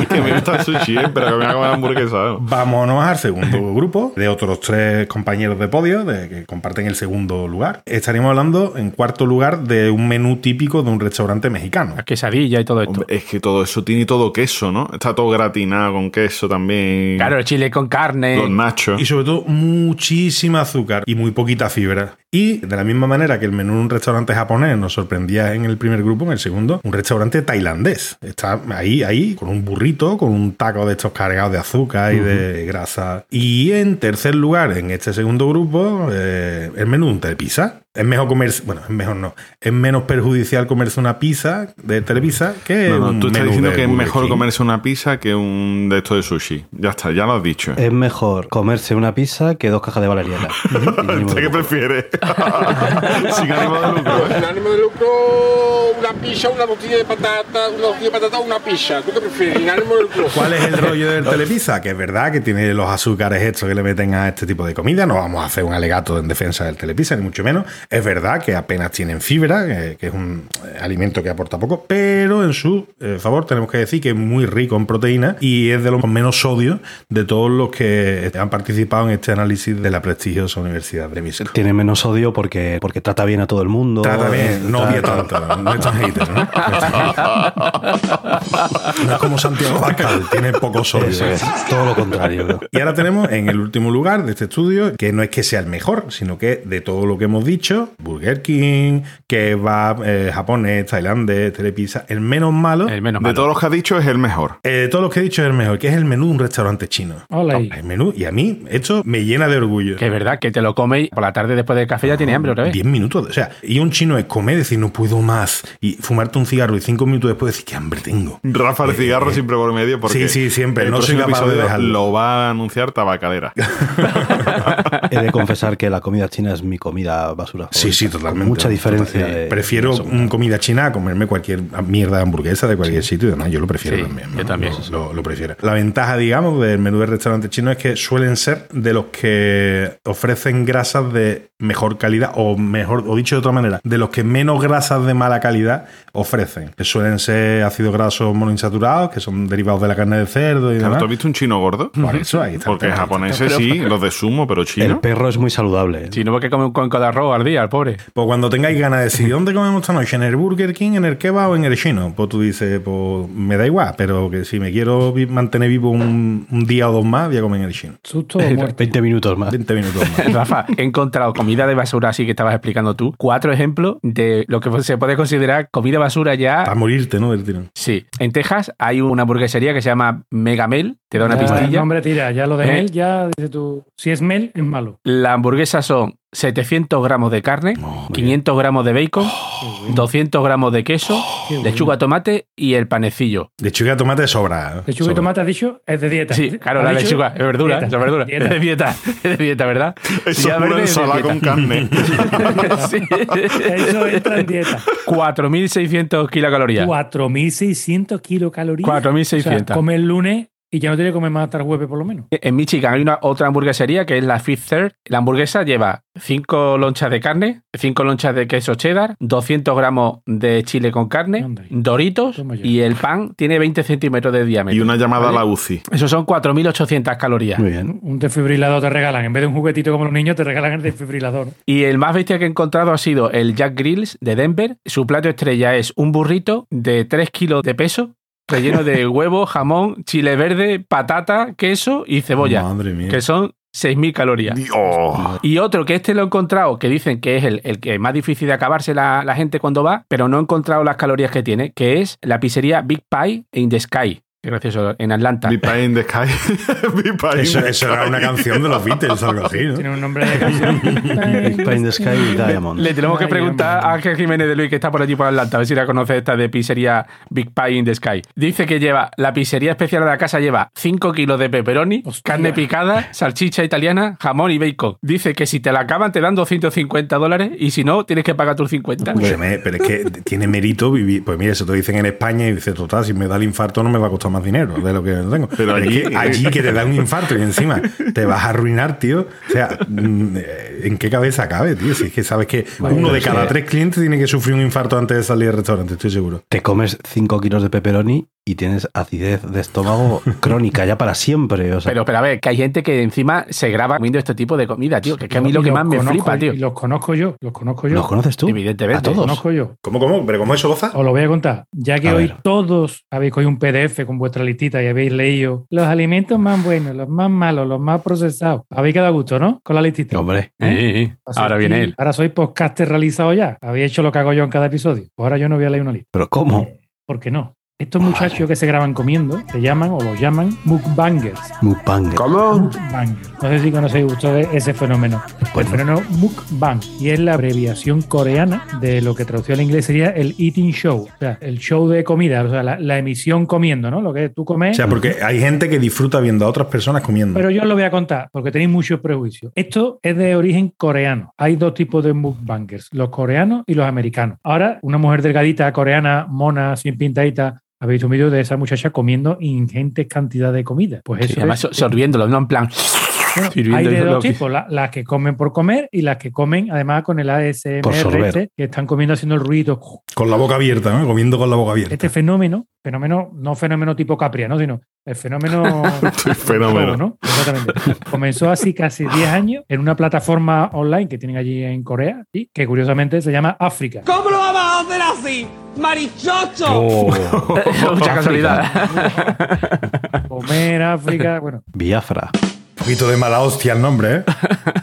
Speaker 1: Que me gusta el sushi, eh, pero que me voy a comer hamburguesa. ¿eh?
Speaker 4: Vámonos al segundo grupo de otros tres compañeros de podio de, que comparten el segundo lugar. Estaríamos hablando en cuarto lugar de un menú típico de un restaurante mexicano.
Speaker 5: La quesadilla y todo esto.
Speaker 1: Hombre, es que todo eso tiene todo queso, ¿no? Está todo gratinado con queso también.
Speaker 5: Claro, el chile con carne.
Speaker 1: Los nachos.
Speaker 4: eh, Y sobre todo muchísima azúcar y muy poquita fibra. Y de la misma manera que el menú en un restaurante japonés nos sorprendía en el primer grupo, en el segundo, un restaurante tailandés. Está ahí, ahí, con un burrito, con un taco de estos cargados de azúcar y de grasa. Y en tercer lugar, en este segundo grupo, eh, el menú de pizza. Es mejor comerse, bueno, es mejor no. Es menos perjudicial comerse una pizza de telepizza que.
Speaker 1: No,
Speaker 4: un
Speaker 1: no, tú estás
Speaker 4: menú
Speaker 1: diciendo
Speaker 4: de
Speaker 1: que es
Speaker 4: Burger
Speaker 1: mejor
Speaker 4: King.
Speaker 1: comerse una pizza que un de esto de sushi. Ya está, ya lo has dicho.
Speaker 4: Eh,
Speaker 3: Es mejor comerse una pizza que dos cajas de valeriana. Y mínimo
Speaker 1: ¿Usted
Speaker 3: de
Speaker 1: qué
Speaker 3: lucro.
Speaker 1: prefiere? Sin ánimo de lucro, ¿eh?
Speaker 8: Un animo di lucro, una piscia, una tortilla di patata, una tortilla di patata o una piscia. Tu che preferisci? Un animo di lucro.
Speaker 4: ¿Cuál es el rollo del telepizza? Que es verdad que tiene los azúcares estos que le meten a este tipo de comida. No vamos a hacer un alegato en defensa del telepizza, ni mucho menos. Es verdad que apenas tienen fibra, que, que es un eh, alimento que aporta poco, pero en su eh, favor tenemos que decir que es muy rico en proteína y es de los con menos sodio de todos los que han participado en este análisis de la prestigiosa Universidad de Misco.
Speaker 3: Tiene menos sodio porque, porque trata bien a todo el mundo.
Speaker 4: Trata bien, no
Speaker 3: Trata-
Speaker 4: odia tanto, no es tan hater, ¿no? No es como Santiago Bascal, tiene poco sodio. ¿eh?
Speaker 3: Eso es, todo lo contrario. creo.
Speaker 4: Y ahora tenemos en el último lugar de este estudio, que no es que sea el mejor, sino que de todo lo que hemos dicho, hecho, Burger King, kebab, eh, japonés, tailandés, telepizza, el menos malo.
Speaker 5: El Eh, menos
Speaker 1: De
Speaker 5: malo.
Speaker 1: todos los que has dicho es el mejor.
Speaker 4: eh, de todos los que he dicho es el mejor, que es el menú de un restaurante chino.
Speaker 6: Hola. ahí.
Speaker 4: El menú, y a mí esto me llena de orgullo.
Speaker 5: Que es verdad que te lo comes y por la tarde después del café ya tiene hambre otra vez.
Speaker 4: 10 minutos. O sea, y un chino es comer, decir no puedo más, y fumarte un cigarro y 5 minutos después decir qué hambre tengo.
Speaker 1: Rafa el cigarro siempre por medio porque
Speaker 4: Eh, Sí, sí, siempre.
Speaker 1: el
Speaker 4: No soy
Speaker 1: próximo
Speaker 4: capaz de
Speaker 1: episodio
Speaker 4: dejarlo.
Speaker 1: Lo va a anunciar Tabacalera.
Speaker 3: He de confesar que la comida china es mi comida basura.
Speaker 4: Sí,
Speaker 3: favorita,
Speaker 4: sí,
Speaker 3: con
Speaker 4: totalmente.
Speaker 3: Mucha diferencia.
Speaker 4: Total-
Speaker 3: de-
Speaker 4: prefiero
Speaker 3: de la segunda.
Speaker 4: mm, comida china a comerme cualquier mierda de hamburguesa de cualquier sitio. y demás. yo lo prefiero
Speaker 5: Sí,
Speaker 4: también. ¿no?
Speaker 5: yo también.
Speaker 4: Lo- Lo, lo prefiero. La ventaja, digamos, del menú de restaurante chino es que suelen ser de los que ofrecen grasas de mejor calidad o mejor, o dicho de otra manera, de los que menos grasas de mala calidad ofrecen. Que suelen ser ácidos grasos monoinsaturados, que son derivados de la carne de cerdo y
Speaker 1: Claro,
Speaker 4: demás.
Speaker 1: ¿Tú has visto un chino gordo?
Speaker 4: Por eso ahí está.
Speaker 1: Porque japoneses sí, los de sumo, pero
Speaker 3: El
Speaker 1: chino.
Speaker 3: perro es muy saludable. ¿eh?
Speaker 5: Si no, porque come un cuenco de arroz al día, el pobre.
Speaker 4: Pues cuando tengáis ganas de decir, ¿dónde comemos esta noche? ¿En el Burger King, en el kebab o en el chino? Pues tú dices, pues me da igual, pero que si me quiero vi- mantener vivo un, un día o dos más, voy a comer en el chino.
Speaker 6: Susto o muerte.
Speaker 3: 20 minutos más.
Speaker 4: 20 minutos más.
Speaker 5: Rafa, he encontrado comida de basura así que estabas explicando tú. Cuatro ejemplos de lo que se puede considerar comida basura
Speaker 4: Para
Speaker 5: ya.
Speaker 4: morirte, ¿no? Del tirón.
Speaker 5: Sí, en Texas hay una hamburguesería que se llama Megamel, te da una
Speaker 6: Ya, el
Speaker 5: pistilla.
Speaker 6: nombre tira, ya lo de
Speaker 5: Eh.
Speaker 6: Mel, ya dices tú. Si es Mel, es malo.
Speaker 5: La hamburguesa son 700 gramos de carne, 500 gramos de bacon,
Speaker 6: Oh,
Speaker 5: 200 gramos de queso,
Speaker 6: Qué
Speaker 5: lechuga, tomate y el panecillo.
Speaker 4: De chuga tomate de sobra. ¿eh?
Speaker 6: Lechuga y
Speaker 4: Sobra.
Speaker 6: tomate, has dicho, es de dieta.
Speaker 5: Sí, claro,
Speaker 6: ¿Has
Speaker 5: la
Speaker 6: dicho?
Speaker 5: lechuga, es verdura,
Speaker 6: Dieta.
Speaker 5: es verdura.
Speaker 6: Dieta.
Speaker 5: Es de dieta, es de dieta, ¿verdad?
Speaker 1: Eso
Speaker 5: Ya
Speaker 1: es una
Speaker 5: verde, es de
Speaker 1: ensalada con
Speaker 5: dieta.
Speaker 1: carne.
Speaker 5: Sí.
Speaker 6: Eso entra en dieta.
Speaker 5: 4.600 kilocalorías.
Speaker 6: 4.600 kilocalorías.
Speaker 5: 4.600.
Speaker 6: O sea, come el lunes y ya no tiene que comer más hasta el jueves, por lo menos.
Speaker 5: En Michigan hay una otra hamburguesería que es la Fifth Third. La hamburguesa lleva 5 lonchas de carne, 5 lonchas de queso cheddar, 200 gramos de chile con carne,
Speaker 6: Anda.
Speaker 5: doritos
Speaker 6: Toma ya.
Speaker 5: y el pan tiene 20 centímetros de diámetro.
Speaker 1: Y una llamada a
Speaker 5: ¿Vale?
Speaker 1: la UCI.
Speaker 5: Eso son 4.800 calorías.
Speaker 3: Muy bien.
Speaker 6: Un desfibrilador te regalan. En vez de un juguetito como los niños, te regalan el desfibrilador.
Speaker 5: Y el más bestia que he encontrado ha sido el Jack Grills de Denver. Su plato estrella es un burrito de 3 kilos de peso, relleno de huevo, jamón, chile verde, patata, queso y cebolla,
Speaker 4: Madre mía.
Speaker 5: que son 6.000 calorías.
Speaker 1: Dios.
Speaker 5: Y otro que este lo he encontrado, que dicen que es el, el que es más difícil de acabarse la, la gente cuando va, pero no he encontrado las calorías que tiene, que es la pizzería Big Pie in the Sky. Qué gracioso, en Atlanta.
Speaker 1: Be pie in the sky. Be pie in
Speaker 4: Eso,
Speaker 1: the
Speaker 4: eso era
Speaker 1: sky.
Speaker 4: una canción de los Beatles, algo así, ¿no?
Speaker 6: Tiene un nombre de canción.
Speaker 3: Big Pie in the Sky y Diamond.
Speaker 5: Le tenemos que
Speaker 6: Ay,
Speaker 5: preguntar
Speaker 6: hombre.
Speaker 5: a Ángel Jiménez de Luis, que está por allí por Atlanta, a ver si la conoce esta de pizzería Big Pie in the Sky. Dice que lleva, la pizzería especial de la casa lleva 5 kilos de pepperoni,
Speaker 6: Hostia.
Speaker 5: carne picada, salchicha italiana, jamón y bacon. Dice que si te la acaban te dan 250 dólares y si no, tienes que pagar tus 50.
Speaker 4: Escúchame, pero es que tiene mérito vivir. Pues mira, eso te dicen en España y dices, total, si me da el infarto no me va a costar más dinero de lo que tengo. Pero allí, allí que te da un infarto y encima te vas a arruinar, tío. O sea, mm, eh, ¿en qué cabeza cabe, tío? Si es que sabes que uno de
Speaker 3: es
Speaker 4: cada
Speaker 3: que-
Speaker 4: tres clientes tiene que sufrir un infarto antes de salir del restaurante, estoy seguro.
Speaker 3: Te comes 5 kilos de pepperoni y tienes acidez de estómago crónica ya para siempre. O sea,
Speaker 5: Pero, pero a ver, que hay gente que encima se graba comiendo este tipo de comida, tío. Que, es que a mí lo
Speaker 6: Y
Speaker 5: que
Speaker 6: los
Speaker 5: más me
Speaker 6: conozco,
Speaker 5: flipa, tío.
Speaker 6: y Los conozco yo, los conozco yo.
Speaker 3: ¿Los conoces tú?
Speaker 5: Evidentemente.
Speaker 3: A
Speaker 6: Los
Speaker 3: todos.
Speaker 6: conozco yo.
Speaker 4: ¿Cómo, cómo? ¿Pero cómo eso goza?
Speaker 6: Os lo voy a contar. Ya que
Speaker 3: A
Speaker 6: hoy
Speaker 3: ver.
Speaker 6: todos habéis cogido un PDF con vuestra listita y habéis leído los alimentos más buenos, los más malos, los más procesados. Habéis quedado a gusto, ¿no? Con la listita.
Speaker 3: Hombre.
Speaker 5: Eh, eh,
Speaker 6: Así
Speaker 5: Ahora
Speaker 6: que
Speaker 5: viene él.
Speaker 6: Ahora soy podcaster realizado ya. Habéis hecho lo que hago yo en cada episodio. Pues ahora yo no voy a leer una lista.
Speaker 3: ¿Pero cómo?
Speaker 6: ¿Por qué no? Estos
Speaker 5: Oh,
Speaker 6: muchachos que se graban comiendo se llaman o los llaman mukbangers.
Speaker 3: Mukbanger.
Speaker 2: ¿Cómo?
Speaker 6: Mukbang. No sé si conocéis ustedes ese fenómeno.
Speaker 3: Pues
Speaker 6: el fenómeno mukbang. Y es la abreviación coreana de lo que traducido al inglés sería el eating show. O sea, el show de comida, o sea, la, la emisión comiendo, ¿no? Lo que tú
Speaker 4: O
Speaker 6: comes.
Speaker 4: sea, porque hay gente que disfruta viendo a otras personas comiendo.
Speaker 6: pero yo os lo voy a contar, porque tenéis muchos prejuicios. Esto es de origen coreano. Hay dos tipos de mukbangers, los coreanos y los americanos. Ahora, una mujer delgadita, coreana, mona, sin pintadita, habéis visto un vídeo de esa muchacha comiendo ingentes cantidades de comida. Pues eso
Speaker 5: Y
Speaker 6: es
Speaker 5: además so- sorbiéndolo, no en plan.
Speaker 6: Bueno,
Speaker 5: Sirviendo
Speaker 6: hay
Speaker 5: y
Speaker 6: de
Speaker 5: lo
Speaker 6: dos
Speaker 5: que-
Speaker 6: tipos, la- las que comen por comer y las que comen además con el ASMR,
Speaker 3: Por sorber.
Speaker 6: este, que están comiendo haciendo el ruido.
Speaker 4: Con la boca abierta, ¿no? Comiendo con la boca abierta.
Speaker 6: Este fenómeno, fenómeno, no fenómeno tipo Capria, ¿no? sino el fenómeno.
Speaker 1: fenómeno.
Speaker 6: ¿no? Exactamente. Comenzó así casi 10 años en una plataforma online que tienen allí en Corea y que curiosamente se llama África.
Speaker 7: ¿Cómo lo vamos a hacer así? ¡Marichocho!
Speaker 5: Mucha casualidad.
Speaker 6: Comer África, bueno.
Speaker 3: Biafra.
Speaker 4: poquito de mala hostia el nombre, ¿eh?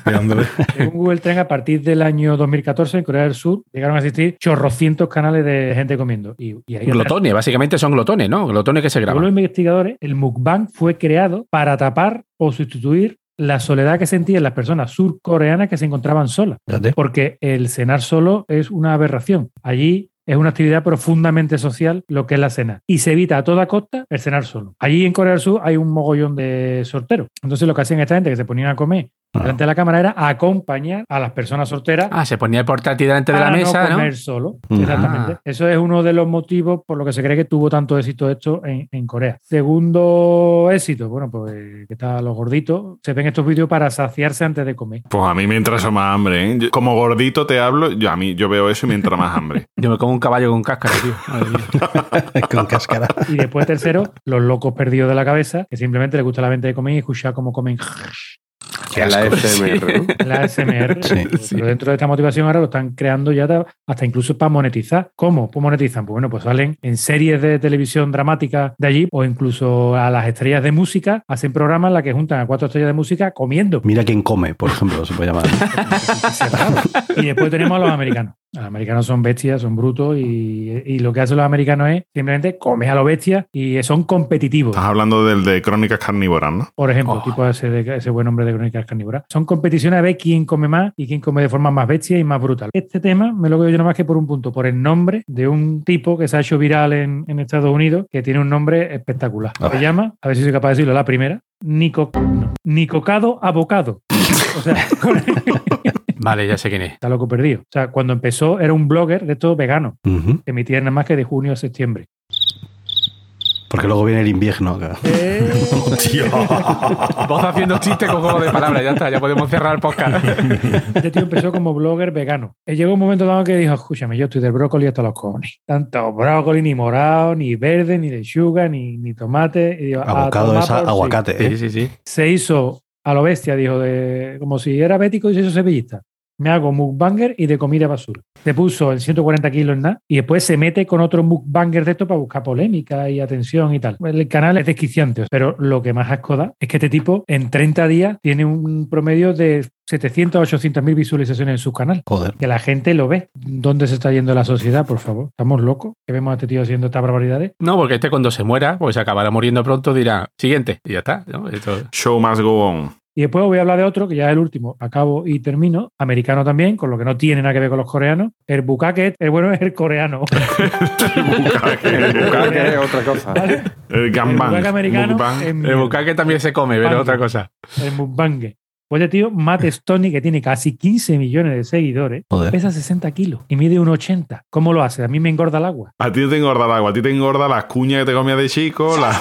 Speaker 4: Dándole.
Speaker 6: Según Google Trend, a partir del año 2014 en Corea del Sur llegaron a existir chorrocientos canales de gente comiendo. Y, y ahí atrás-
Speaker 5: Glotones, básicamente son glotones, ¿no? Glotones que se
Speaker 6: Según los
Speaker 5: graban.
Speaker 6: investigadores, el mukbang fue creado para tapar o sustituir la soledad que sentían las personas surcoreanas que se encontraban solas.
Speaker 3: Fíjate.
Speaker 6: Porque el cenar solo es una aberración. Allí es una actividad profundamente social lo que es la cena. Y se evita a toda costa el cenar solo. Allí en Corea del Sur hay un mogollón de sorteros. Entonces lo que hacían esta gente que se ponían a comer delante de la cámara era acompañar a las personas solteras
Speaker 5: Ah, se ponía el portátil delante de
Speaker 6: para
Speaker 5: la mesa,
Speaker 6: no
Speaker 5: ¿no?
Speaker 6: comer solo.
Speaker 3: Ah.
Speaker 6: Exactamente. Eso es uno de los motivos por lo que se cree que tuvo tanto éxito esto en, en Corea. Segundo éxito, bueno, pues que está los gorditos. Se ven estos vídeos para saciarse antes de comer.
Speaker 1: Pues a mí me entra eso más hambre, ¿eh? Yo- como gordito te hablo, yo a mí yo veo eso y me entra más hambre.
Speaker 5: Yo me como un caballo con cáscara, tío. Madre mía.
Speaker 3: Con cáscara.
Speaker 6: Y después, tercero, los locos perdidos de la cabeza, que simplemente les gusta la venta de comer y escuchar cómo comen
Speaker 2: Que es la SMR, ¿no?
Speaker 6: la SMR.
Speaker 3: Sí,
Speaker 6: pero dentro de esta motivación ahora lo están creando ya ta- hasta incluso para monetizar. ¿Cómo? Pues monetizan. Pues bueno, pues salen en series de televisión dramática de allí o incluso a las estrellas de música hacen programas en los que juntan a cuatro estrellas de música comiendo.
Speaker 3: Mira quién come, por ejemplo, se puede llamar.
Speaker 6: Y después tenemos a los americanos. Los americanos son bestias, son brutos y, y lo que hacen los americanos es simplemente comer a los bestias y son competitivos.
Speaker 1: Estás hablando del de Crónicas Carnívoras, ¿no?
Speaker 6: Por ejemplo,
Speaker 5: Oh.
Speaker 6: tipo ese, de- ese buen hombre de crónicas carnívoras. Son competiciones a ver quién come más y quién come de forma más bestia y más brutal. Este tema me lo veo yo nada más que por un punto, por el nombre de un tipo que se ha hecho viral en, en Estados Unidos, que tiene un nombre espectacular.
Speaker 3: A
Speaker 6: Se
Speaker 3: ver.
Speaker 6: llama, a ver si soy capaz de decirlo, la primera, Nico, no, Nicocado Abocado. O sea, con- está
Speaker 5: Vale, ya sé quién es.
Speaker 6: loco perdido. O sea, cuando empezó era un blogger de estos veganos,
Speaker 3: Ujú.
Speaker 6: que emitía nada más que de junio a septiembre.
Speaker 3: Porque luego viene el invierno. claro.
Speaker 4: Tío.
Speaker 5: Vos haciendo chistes con juego de palabras, ya está, ya podemos cerrar el podcast.
Speaker 6: Este tío empezó como blogger vegano. Y llegó un momento dado que dijo, escúchame, yo estoy del brócoli hasta los cojones. Tanto brócoli, ni morado, ni verde, ni lechuga, ni, ni tomate. Y digo, "A
Speaker 3: Abocado
Speaker 6: Ah, tomar
Speaker 3: es
Speaker 6: por
Speaker 3: a-
Speaker 6: sí".
Speaker 3: aguacate. ¿eh?
Speaker 5: Sí, sí, sí.
Speaker 6: Se hizo a lo bestia, dijo, de, como si era bético y se hizo sevillista. Me hago mukbanger y de comida basura. Se puso en 140 kilos en nada y después se mete con otro mukbanger de esto para buscar polémica y atención y tal. El canal es desquiciante, pero lo que más asco da es que este tipo en 30 días tiene un promedio de 700 a 800 mil visualizaciones en su canal
Speaker 3: Joder.
Speaker 6: que la gente lo ve. ¿Dónde se está yendo la sociedad, por favor? ¿Estamos locos que vemos a este tío haciendo estas barbaridades?
Speaker 5: No, porque este cuando se muera, pues se acabará muriendo pronto, dirá, siguiente, y ya está. ¿no? Esto-
Speaker 1: Show must go on.
Speaker 6: Y después voy a hablar de otro, que ya es el último, acabo y termino, americano también, con lo que no tiene nada que ver con los coreanos. El bucaque, el bueno es el coreano.
Speaker 1: El
Speaker 2: Claro que es otra cosa.
Speaker 6: ¿vale? El
Speaker 1: gangbang,
Speaker 6: bucaque americano,
Speaker 1: mukbang.
Speaker 6: en
Speaker 5: El bucaque también se come, pero
Speaker 6: Pan.
Speaker 5: otra cosa.
Speaker 6: el mukbangue. Pues este tío, Matt Stoney, que tiene casi 15 millones de seguidores,
Speaker 3: Joder.
Speaker 6: pesa 60 kilos y mide 1,80. ¿Cómo lo hace? A mí me engorda el agua.
Speaker 1: A ti te engorda el agua, a ti te engorda las cuñas que te comías de chico, la,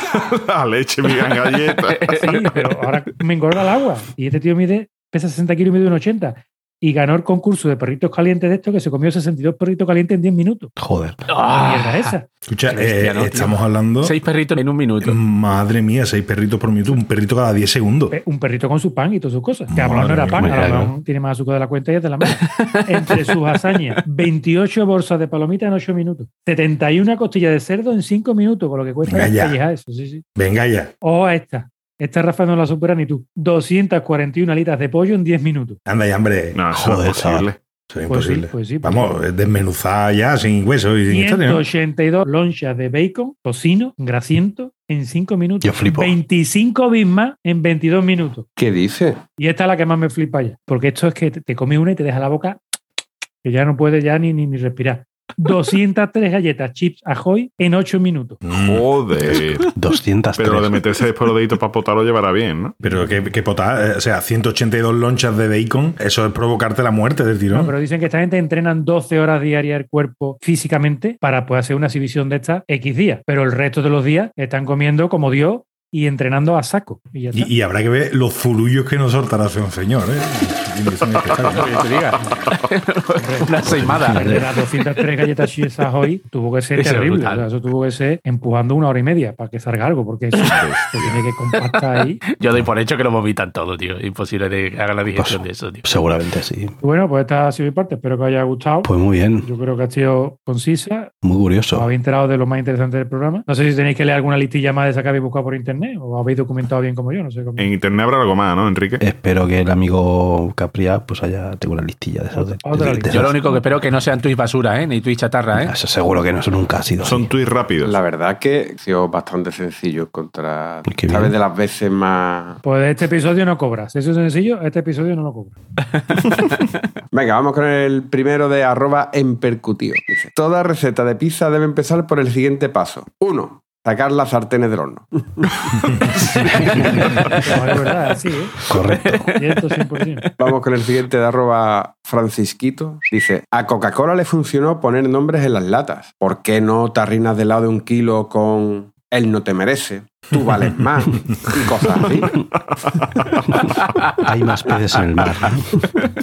Speaker 1: la leche, mi gran galleta.
Speaker 6: Sí, pero ahora me engorda el agua. Y este tío mide, pesa 60 kilos y mide un 80. Y ganó el concurso de perritos calientes de esto que se comió 62 perritos calientes en 10 minutos.
Speaker 3: Joder.
Speaker 6: ¿Qué mierda es esa?
Speaker 4: Escucha,
Speaker 5: Qué bestia,
Speaker 4: eh,
Speaker 5: ¿no, Mm. tío?
Speaker 4: estamos hablando.
Speaker 5: Seis perritos en un minuto.
Speaker 4: Madre mía, seis perritos por minuto, un perrito cada 10 segundos.
Speaker 6: Pe- Eh, Un perrito con su pan y todas sus cosas. Que a lo mejor no
Speaker 4: Madre
Speaker 6: era pan,
Speaker 3: mía,
Speaker 6: a lo
Speaker 3: claro.
Speaker 6: mejor tiene más azúcar de la cuenta y es de la mano. Entre sus hazañas, 28 bolsas de palomitas en 8 minutos. 71 costillas de cerdo en 5 minutos, con lo que cuesta
Speaker 4: Venga ya.
Speaker 6: pellejar eso. Sí, sí.
Speaker 4: Venga ya.
Speaker 6: O a esta. Esta Rafa no la supera ni tú. 241 alitas de pollo en 10 minutos.
Speaker 4: Anda ya, hombre.
Speaker 1: No, eso
Speaker 3: Joder,
Speaker 1: no es posible.
Speaker 4: Eso es
Speaker 6: Pues sí,
Speaker 4: imposible.
Speaker 6: pues sí. pues
Speaker 4: Vamos, eh, desmenuzar ya sin hueso y sin historia, ¿no?
Speaker 6: 182 lonchas de bacon, tocino, grasiento, en 5 minutos.
Speaker 3: Yo flipo.
Speaker 6: 25 bismas en 22 minutos.
Speaker 2: ¿Qué dice?
Speaker 6: Y esta es la que más me flipa ya. Porque esto es que te, te come una y te deja la boca que ya no puedes ya ni, ni, ni respirar. 203 galletas chips Ahoy en 8 minutos.
Speaker 4: Mm,
Speaker 1: Joder.
Speaker 3: 203.
Speaker 1: Pero lo de meterse después los deditos para potar lo llevará bien, ¿no?
Speaker 4: Pero que, que potar, eh, o sea, 182 lonchas de bacon, eso es provocarte la muerte del tirón.
Speaker 6: No, pero dicen que esta gente entrenan 12 horas diarias el cuerpo físicamente para poder hacer una exhibición de estas X días. Pero el resto de los días están comiendo como Dios y entrenando a saco. Y ya está.
Speaker 4: y, y habrá que ver los zurullos que nos soltará un señor, ¿eh? tiene que ser un espectáculo.
Speaker 5: que te diga. Una seimada.
Speaker 6: De las 203 galletas chiesas hoy tuvo que ser
Speaker 5: Eso es
Speaker 6: terrible.
Speaker 5: brutal.
Speaker 6: O sea, eso tuvo que ser empujando una hora y media para que salga algo, porque eso pues, se tiene que compactar ahí.
Speaker 5: Yo doy por hecho que lo vomitan todo, tío. Imposible de que haga la digestión de eso, tío.
Speaker 3: Seguramente sí.
Speaker 6: Y Bueno, pues esta ha sido mi parte. Espero que os haya gustado.
Speaker 3: Pues muy bien,
Speaker 6: Yo creo que ha sido concisa.
Speaker 3: muy
Speaker 6: Os
Speaker 3: curioso.
Speaker 6: habéis enterado de lo más interesante del programa. No sé si tenéis que leer alguna listilla más de esa que habéis buscado por internet o habéis documentado bien como yo. No sé cómo.
Speaker 1: En internet habrá algo más, ¿no, Enrique?
Speaker 3: Espero que el amigo Capria pues haya tengo una listilla de esas. de-
Speaker 6: Otra
Speaker 3: de- de-
Speaker 6: lista.
Speaker 3: de-
Speaker 5: Yo lo único que espero es que no sean tuits basura, ¿eh? Ni tuits chatarra, ¿eh?
Speaker 3: Eso seguro que no, eso nunca ha sido.
Speaker 1: Son
Speaker 3: así.
Speaker 1: tuits rápidos.
Speaker 2: La verdad que ha sido bastante sencillo encontrar.
Speaker 3: Pues qué
Speaker 2: Tal
Speaker 3: bien.
Speaker 2: vez de las veces más.
Speaker 6: Pues este episodio no cobras. Eso es sencillo. Este episodio no lo cobra.
Speaker 2: Venga, vamos con el primero de arroba empercutido. Dice, Toda receta de pizza debe empezar por el siguiente paso. Uno, sacar las sartenes del horno.
Speaker 6: No, es verdad, así, ¿eh?
Speaker 3: Correcto.
Speaker 6: Cierto, 100%.
Speaker 2: Vamos con el siguiente de arroba francisquito. Dice, a Coca-Cola le funcionó poner nombres en las latas. ¿Por qué no tarrinas de lado de un kilo con él no te merece? Tú vales más. Y cosas así.
Speaker 3: Hay más peces en el mar. ¿no?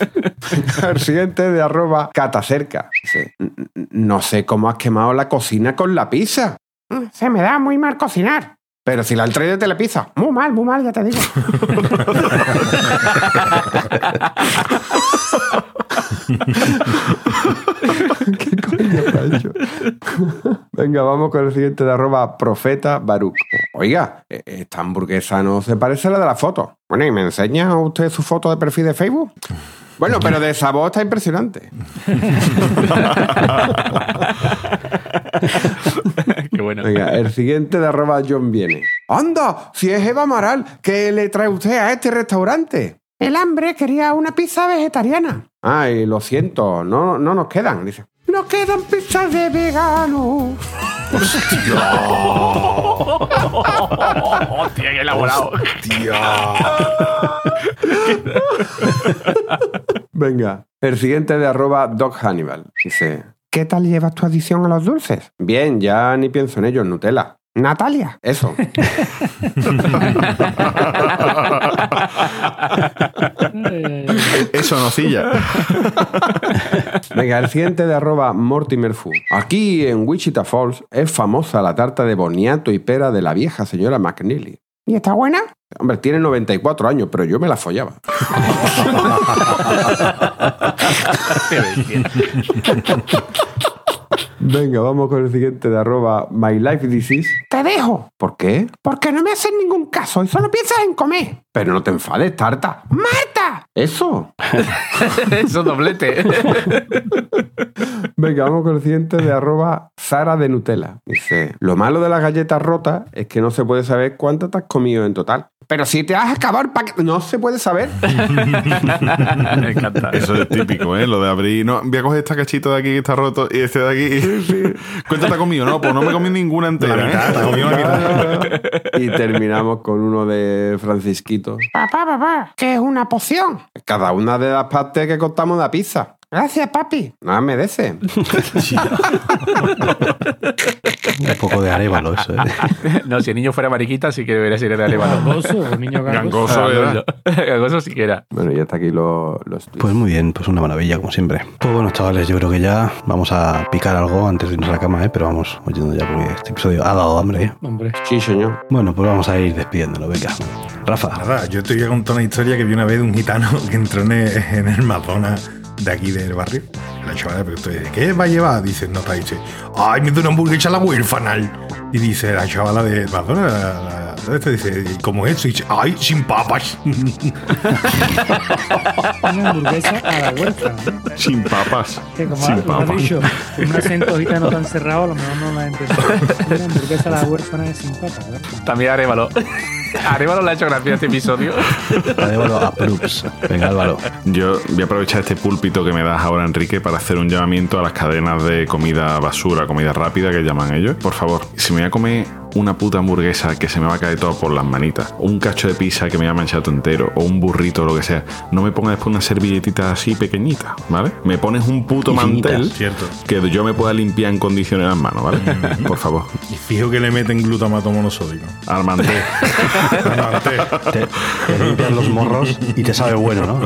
Speaker 2: El siguiente de arroba catacerca. Dice, "N- n- no sé cómo has quemado la cocina con la pizza. Mm, Se me da muy mal cocinar. Pero si la han traído de Telepizza. Muy mal, muy mal, ya te digo. ¿Qué coño, Pancho? Venga, vamos con el siguiente de arroba profeta Baruch. Oiga, eh, esta hamburguesa no se parece a la de la foto. Bueno, ¿y me enseña usted su foto de perfil de Facebook? Bueno, pero de sabor está impresionante.
Speaker 5: Qué bueno.
Speaker 2: Venga, el siguiente de arroba John viene. ¡Anda! Si es Eva Amaral, ¿qué le trae usted a este restaurante? El hambre quería una pizza vegetariana. Ay, lo siento, no, no nos quedan, dice. Nos quedan pizzas de vegano.
Speaker 5: Hostia, qué elaborado.
Speaker 2: Venga, el siguiente de arroba Doc Hannibal. Dice, ¿qué tal llevas tu adición a los dulces? Bien, ya ni pienso en ellos, Nutella. Natalia. Eso.
Speaker 6: Eh,
Speaker 1: Eso nocilla.
Speaker 2: Venga, el siguiente de arroba Mortimer Fu. Aquí en Wichita Falls es famosa la tarta de boniato y pera de la vieja señora McNeely. ¿Y está buena? Hombre, tiene 94 años, pero yo me la follaba. Venga, vamos con el siguiente de arroba My Life Disease. Te dejo. ¿Por qué? Porque no me haces ningún caso y solo piensas en comer. Pero no te enfades, tarta. ¡Marta! Eso.
Speaker 5: Eso doblete.
Speaker 2: Venga, vamos con el siguiente de arroba Sara de Nutella. Dice, lo malo de las galletas rotas es que no se puede saber cuántas te has comido en total. Pero si te has acabado el paquete... No se puede saber.
Speaker 5: Me encanta.
Speaker 1: Eso es típico, ¿eh? Lo de abrir. No, voy a coger esta cachita de aquí que está roto y este de aquí. ¿Cuánto te ha comido? No, pues no me comí ninguna entera.
Speaker 4: La mitad,
Speaker 1: ¿eh?
Speaker 4: te has comido la mitad.
Speaker 2: y terminamos con uno de Francisquito.
Speaker 9: Papá, papá, que es una poción.
Speaker 2: Cada una de las partes que cortamos da pizza.
Speaker 9: Gracias, papi.
Speaker 2: Nada merece.
Speaker 3: Un poco de arévalo eso. ¿eh?
Speaker 5: No, si el niño fuera mariquita, sí que debería ser de Ah, elevador.
Speaker 6: Gangoso, niño gangoso.
Speaker 4: Ah,
Speaker 1: Gangoso, ¿verdad?
Speaker 5: Eso sí que era.
Speaker 2: Bueno, ya está aquí lo- los... tweets.
Speaker 3: Pues muy bien, pues una maravilla como siempre. Pues bueno, chavales, yo creo que ya vamos a picar algo antes de irnos a la cama, ¿eh? pero vamos, voy yendo ya porque este episodio ha dado hambre. ¿eh?
Speaker 6: Hombre,
Speaker 2: Sí, señor.
Speaker 3: Bueno, pues vamos a ir despidiéndolo, venga. Rafa,
Speaker 4: Nada, yo te voy a contar una historia que vi una vez de un gitano que entró en el, en el McDonald's de aquí del barrio. La chavala le preguntó, "¿De ¿qué va a llevar? Dice, no, está dice, ay, me da una hamburguesa a la huérfana. Y dice la chavala de McDonald's, la- la- esta dice, "¿Y ¿cómo es eso? Y dice, ay, sin papas.
Speaker 6: una hamburguesa a la huerta. ¿no?
Speaker 1: Sin papas.
Speaker 6: Que como
Speaker 1: Sin
Speaker 6: has- lo has
Speaker 1: papas.
Speaker 6: dicho, con un acento ahorita no tan cerrado, a lo mejor no la empezó. Una hamburguesa a la huérfana de sin papa, ¿verdad?
Speaker 5: También Arevalo. Arevalo le ha hecho gracia este episodio.
Speaker 3: arévalo a Proofs. Venga, Álvaro.
Speaker 1: Yo voy a aprovechar este púlpito que me das ahora, Enrique, para hacer un llamamiento a las cadenas de comida basura, comida rápida que llaman ellos. Por favor, si me voy a comer una puta hamburguesa que se me va a caer todo por las manitas, o un cacho de pizza que me va a manchar todo entero, o un burrito o lo que sea, no me pongas después una servilletita así pequeñita, ¿vale? Me pones un puto
Speaker 3: Y finitas.
Speaker 1: mantel
Speaker 4: Cierto.
Speaker 1: que yo me pueda limpiar en condiciones las manos, ¿vale? Por favor,
Speaker 4: Y fijo que le meten glutamato monosódico.
Speaker 1: al mantel.
Speaker 3: Te, te limpias los morros y te sabe bueno, ¿no?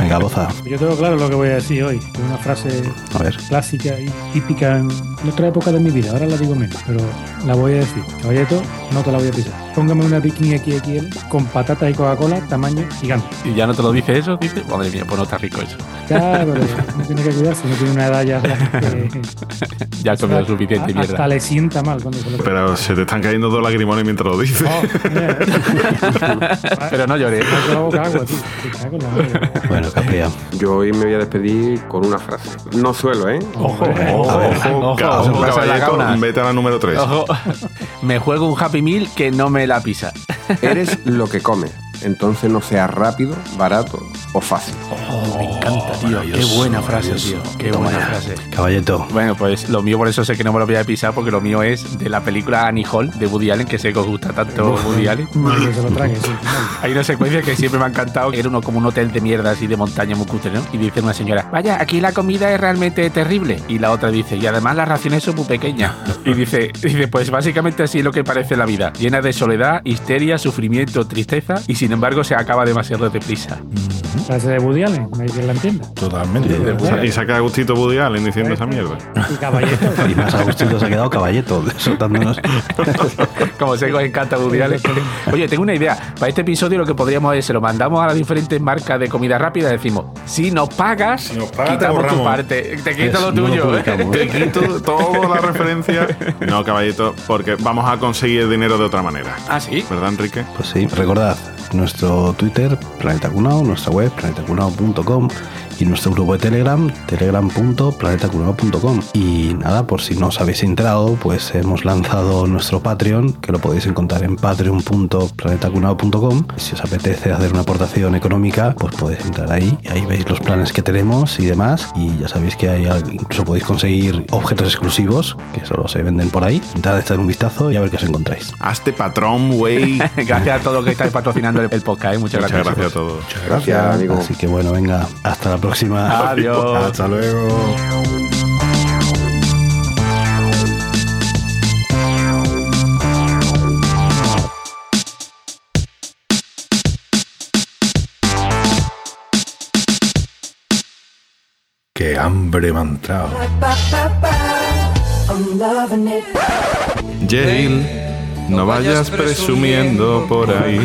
Speaker 3: Venga, boza.
Speaker 6: Yo tengo claro lo que voy a decir hoy. Es una frase
Speaker 3: A ver.
Speaker 6: clásica y típica en otra época de mi vida. Ahora la digo menos, pero la voy a decir. Caballeto, no te la voy a pisar. Póngame una bikini XXL con patatas y Coca-Cola, tamaño gigante.
Speaker 5: Y ya no te lo dice eso, dice. Madre mía, pues no está rico eso.
Speaker 6: Ya, pero no tiene que cuidarse, no tiene una edad ya. que-
Speaker 5: Ya has comido suficiente
Speaker 6: hasta
Speaker 5: mierda.
Speaker 6: le sienta mal cuando se lo
Speaker 1: Pero se te están cayendo dos lagrimones mientras lo dices.
Speaker 6: Oh, mira,
Speaker 5: Pero no llores.
Speaker 6: saco la boca agua, tío. Me cago en la madre.
Speaker 3: Bueno, Capria.
Speaker 2: Yo hoy me voy a despedir con una frase. No suelo, ¿eh?
Speaker 1: Ojo,
Speaker 6: Ojo,
Speaker 1: ojo,
Speaker 5: ojo,
Speaker 1: cabrón,
Speaker 5: ojo, pasa la
Speaker 1: caballito,
Speaker 5: gauna.
Speaker 1: vete a la número 3.
Speaker 5: Ojo, me juego un Happy Meal que no me la pisa.
Speaker 2: Eres lo que comes. Entonces no seas rápido, barato o fácil.
Speaker 5: me encanta, tío. Qué buena frase, tío. Qué buena frase.
Speaker 3: Caballeto.
Speaker 5: Bueno, pues lo mío por eso sé que no me lo voy a pisar, porque lo mío es de la película Annie Hall de Woody Allen, que sé que os gusta tanto Woody Allen.
Speaker 6: Madre, que se lo trague, sí, mal.
Speaker 5: Hay una secuencia que siempre me ha encantado, que era uno como un hotel de mierda así de montaña muy cutre, ¿no? Y dice una señora, vaya, aquí la comida es realmente terrible. Y la otra dice, y además las raciones son muy pequeñas. Y dice, dice pues básicamente así es lo que parece la vida, llena de soledad, histeria, sufrimiento, tristeza, y sin embargo se acaba demasiado deprisa.
Speaker 6: Frase de Woody Allen, nadie que la entienda.
Speaker 4: Totalmente.
Speaker 1: Pues, Y saca a Gustito Woody Allen diciendo esa mierda.
Speaker 6: Y caballeto.
Speaker 3: Y más a gustito se ha quedado caballeto, soltándonos.
Speaker 5: Como sé que os encanta Woody Allen. Oye, tengo una idea. Para este episodio lo que podríamos es, se lo mandamos a las diferentes marcas de comida rápida, decimos, si nos pagas,
Speaker 4: nos pagas, te
Speaker 5: quitamos tu
Speaker 4: borramos".
Speaker 5: parte, te quito
Speaker 3: Eso,
Speaker 5: lo
Speaker 3: Pues no lo
Speaker 5: tuyo. ¿eh?
Speaker 3: publicamos.
Speaker 5: Te quito-
Speaker 1: Toda la referencia. No, caballito, porque vamos a conseguir dinero de otra manera.
Speaker 5: Ah, sí.
Speaker 1: ¿Verdad, Enrique?
Speaker 3: Pues sí, recordad nuestro Twitter, Planeta Cunao, nuestra web, planetacunao.com y nuestro grupo de Telegram, telegram.planetacunao.com. Y nada, por si no os habéis enterado, pues hemos lanzado nuestro Patreon, que lo podéis encontrar en patreon.planetacunao.com. Si os apetece hacer una aportación económica, pues podéis entrar ahí y ahí veis los planes que tenemos y demás. Y ya sabéis que hay, al- incluso podéis conseguir objetos exclusivos que solo se venden por ahí. Entrad, echad un vistazo y a ver qué os encontráis.
Speaker 1: Hazte patrón, güey. Muchas
Speaker 5: Gracias a todos los que estáis patrocinando el el podcast. ¿eh? Muchas,
Speaker 1: gracias,
Speaker 5: gracias.
Speaker 1: a todos.
Speaker 2: Gracias, amigo.
Speaker 3: Así que bueno, venga, hasta la próxima.
Speaker 5: Adiós.
Speaker 4: Hasta luego. Qué hambre me ha entrado.
Speaker 1: Jail, no vayas presumiendo por ahí.